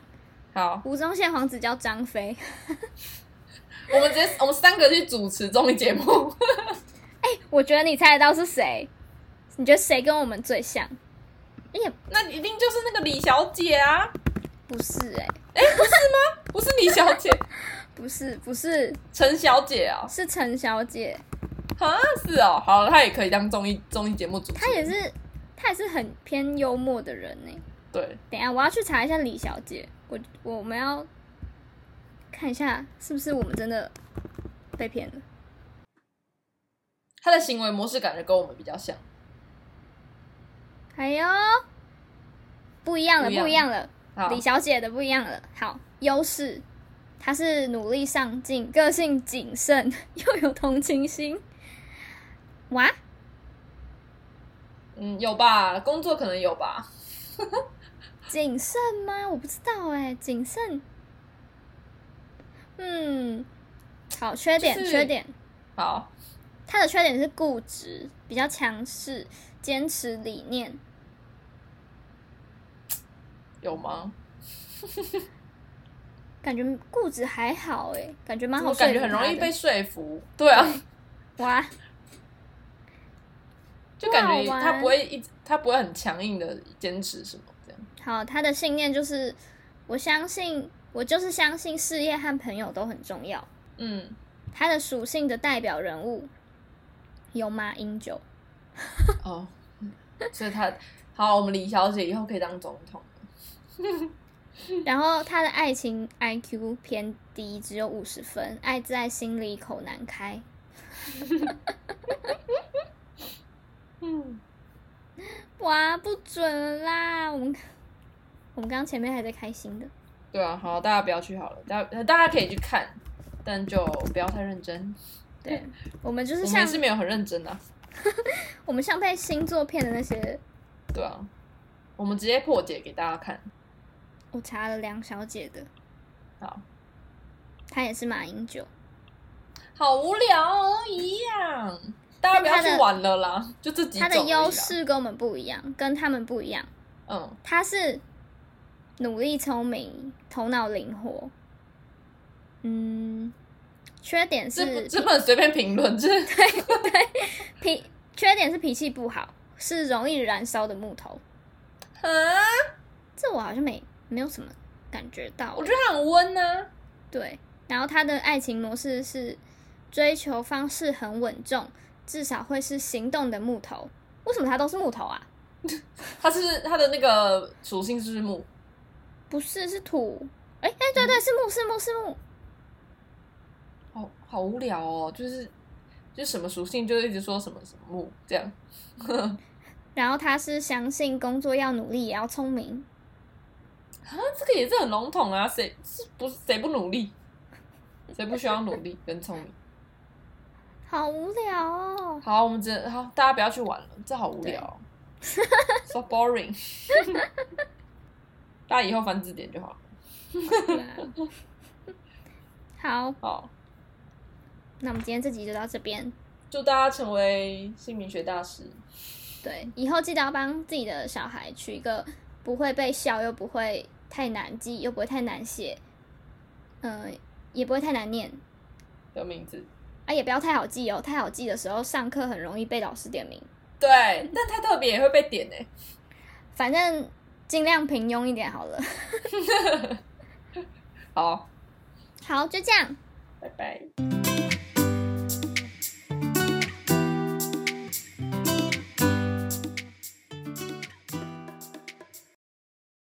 Speaker 2: 好，
Speaker 1: 吴宗宪、黄子佼、张飞。 <laughs>
Speaker 2: 我们直接我们三个去主持综艺节目。 <laughs>
Speaker 1: 我觉得你猜得到是谁？你觉得谁跟我们最像？也
Speaker 2: 那一定就是那个李小姐啊，
Speaker 1: 不是哎、
Speaker 2: 不是李小姐，
Speaker 1: 不是不是，
Speaker 2: 陈小姐啊，
Speaker 1: 是陈小姐，
Speaker 2: 啊是哦，好了，她也可以当综艺综艺节目主持人。
Speaker 1: 她也是她也是很偏幽默的人欸呢、
Speaker 2: 对，
Speaker 1: 等一下我要去查一下李小姐，我我们要看一下是不是我们真的被骗了。
Speaker 2: 她的行为模式感觉跟我们比较像。
Speaker 1: 哎呦，不一样了，
Speaker 2: 不一样
Speaker 1: 不一样了，
Speaker 2: 好，
Speaker 1: 李小姐的不一样了。好，优势，她是努力上进，个性谨慎， <laughs> 又有同情心。哇，
Speaker 2: 嗯，有吧，工作可能有吧。
Speaker 1: 谨慎吗？我不知道哎、谨慎。嗯，好，缺点，
Speaker 2: 就是
Speaker 1: 缺点，
Speaker 2: 好，
Speaker 1: 她的缺点是固执，比较强势，坚持理念。
Speaker 2: 有吗？
Speaker 1: 感觉固执还好哎、感觉蛮好
Speaker 2: 我
Speaker 1: 说服她
Speaker 2: 感
Speaker 1: 的，
Speaker 2: 觉很容易被说服。对啊，
Speaker 1: 哇，
Speaker 2: 就感觉
Speaker 1: 不好玩
Speaker 2: 他不会一直，他不会很强硬的坚持什么这样。
Speaker 1: 好，他的信念就是我相信，我就是相信事业和朋友都很重要。
Speaker 2: 嗯，
Speaker 1: 他的属性的代表人物有马英九，
Speaker 2: 哦，所以他好，我们李小姐以后可以当总统。
Speaker 1: 然后他的爱情 IQ 偏低，只有五十分，爱在心里口难开。
Speaker 2: 嗯，
Speaker 1: 哇，不准了啦！我们我们刚前面还在开心的，
Speaker 2: 对啊，好，大家不要去好了，大家大家可以去看，但就不要太认真。
Speaker 1: 对我们就是
Speaker 2: 我们也
Speaker 1: 像
Speaker 2: 是没有很认真啊，
Speaker 1: 我们像被星座骗的那些。
Speaker 2: 对啊，我们直接破解给大家看。
Speaker 1: 我查了梁小姐的，
Speaker 2: 好，
Speaker 1: 她也是马英九。
Speaker 2: 好无聊哦，一样。大家不要
Speaker 1: 但他
Speaker 2: 去
Speaker 1: 的
Speaker 2: 玩了啦，就这几种
Speaker 1: 她
Speaker 2: 而
Speaker 1: 的
Speaker 2: 已啦
Speaker 1: 优，势跟我们不一样，跟他们不一样。
Speaker 2: 嗯，
Speaker 1: 他是努力、聪明、头脑灵活。嗯，缺点
Speaker 2: 这
Speaker 1: 是
Speaker 2: 不这不能随便评论，这
Speaker 1: <laughs> 脾，缺点是脾气不好，是容易燃烧的木头。
Speaker 2: 啊，
Speaker 1: 这我好像没没有什么感觉到
Speaker 2: 我。觉得他很温啊呢、
Speaker 1: 对，然后他的爱情模式是追求方式很稳重，至少会是行动的木头。为什么他都是木头啊？
Speaker 2: 他是他的那个属性是不是木，
Speaker 1: 不是，是土。哎哎，对
Speaker 2: 嗯
Speaker 1: 对，是木，是木，是木。
Speaker 2: 好好无聊哦，就是就什么属性就一直说什么什么木这样，
Speaker 1: 然后他是相信工作要努力，也要聪明，
Speaker 2: 啊，这个也是很笼统啊，谁是不谁不努力，谁不需要努力跟聪明？ <laughs>
Speaker 1: 好无聊哦。
Speaker 2: 好，我们只好大家不要去玩了，这好无聊哦、 ，so boring。大家以后翻字典就好了。
Speaker 1: 对啊好，
Speaker 2: 好，
Speaker 1: 那我们今天这集就到这边。
Speaker 2: 祝大家成为姓名学大师。
Speaker 1: 对，以后记得要帮自己的小孩取一个不会被笑，又不会太难记，又不会太难写，嗯、也不会太难念
Speaker 2: 的名字。
Speaker 1: 啊，也不要太好记哦。太好记的时候，上课很容易被老师点名。
Speaker 2: 对，但太特别也会被点哎、
Speaker 1: 反正尽量平庸一点好了。
Speaker 2: 好，
Speaker 1: 好，就这样。
Speaker 2: 拜拜。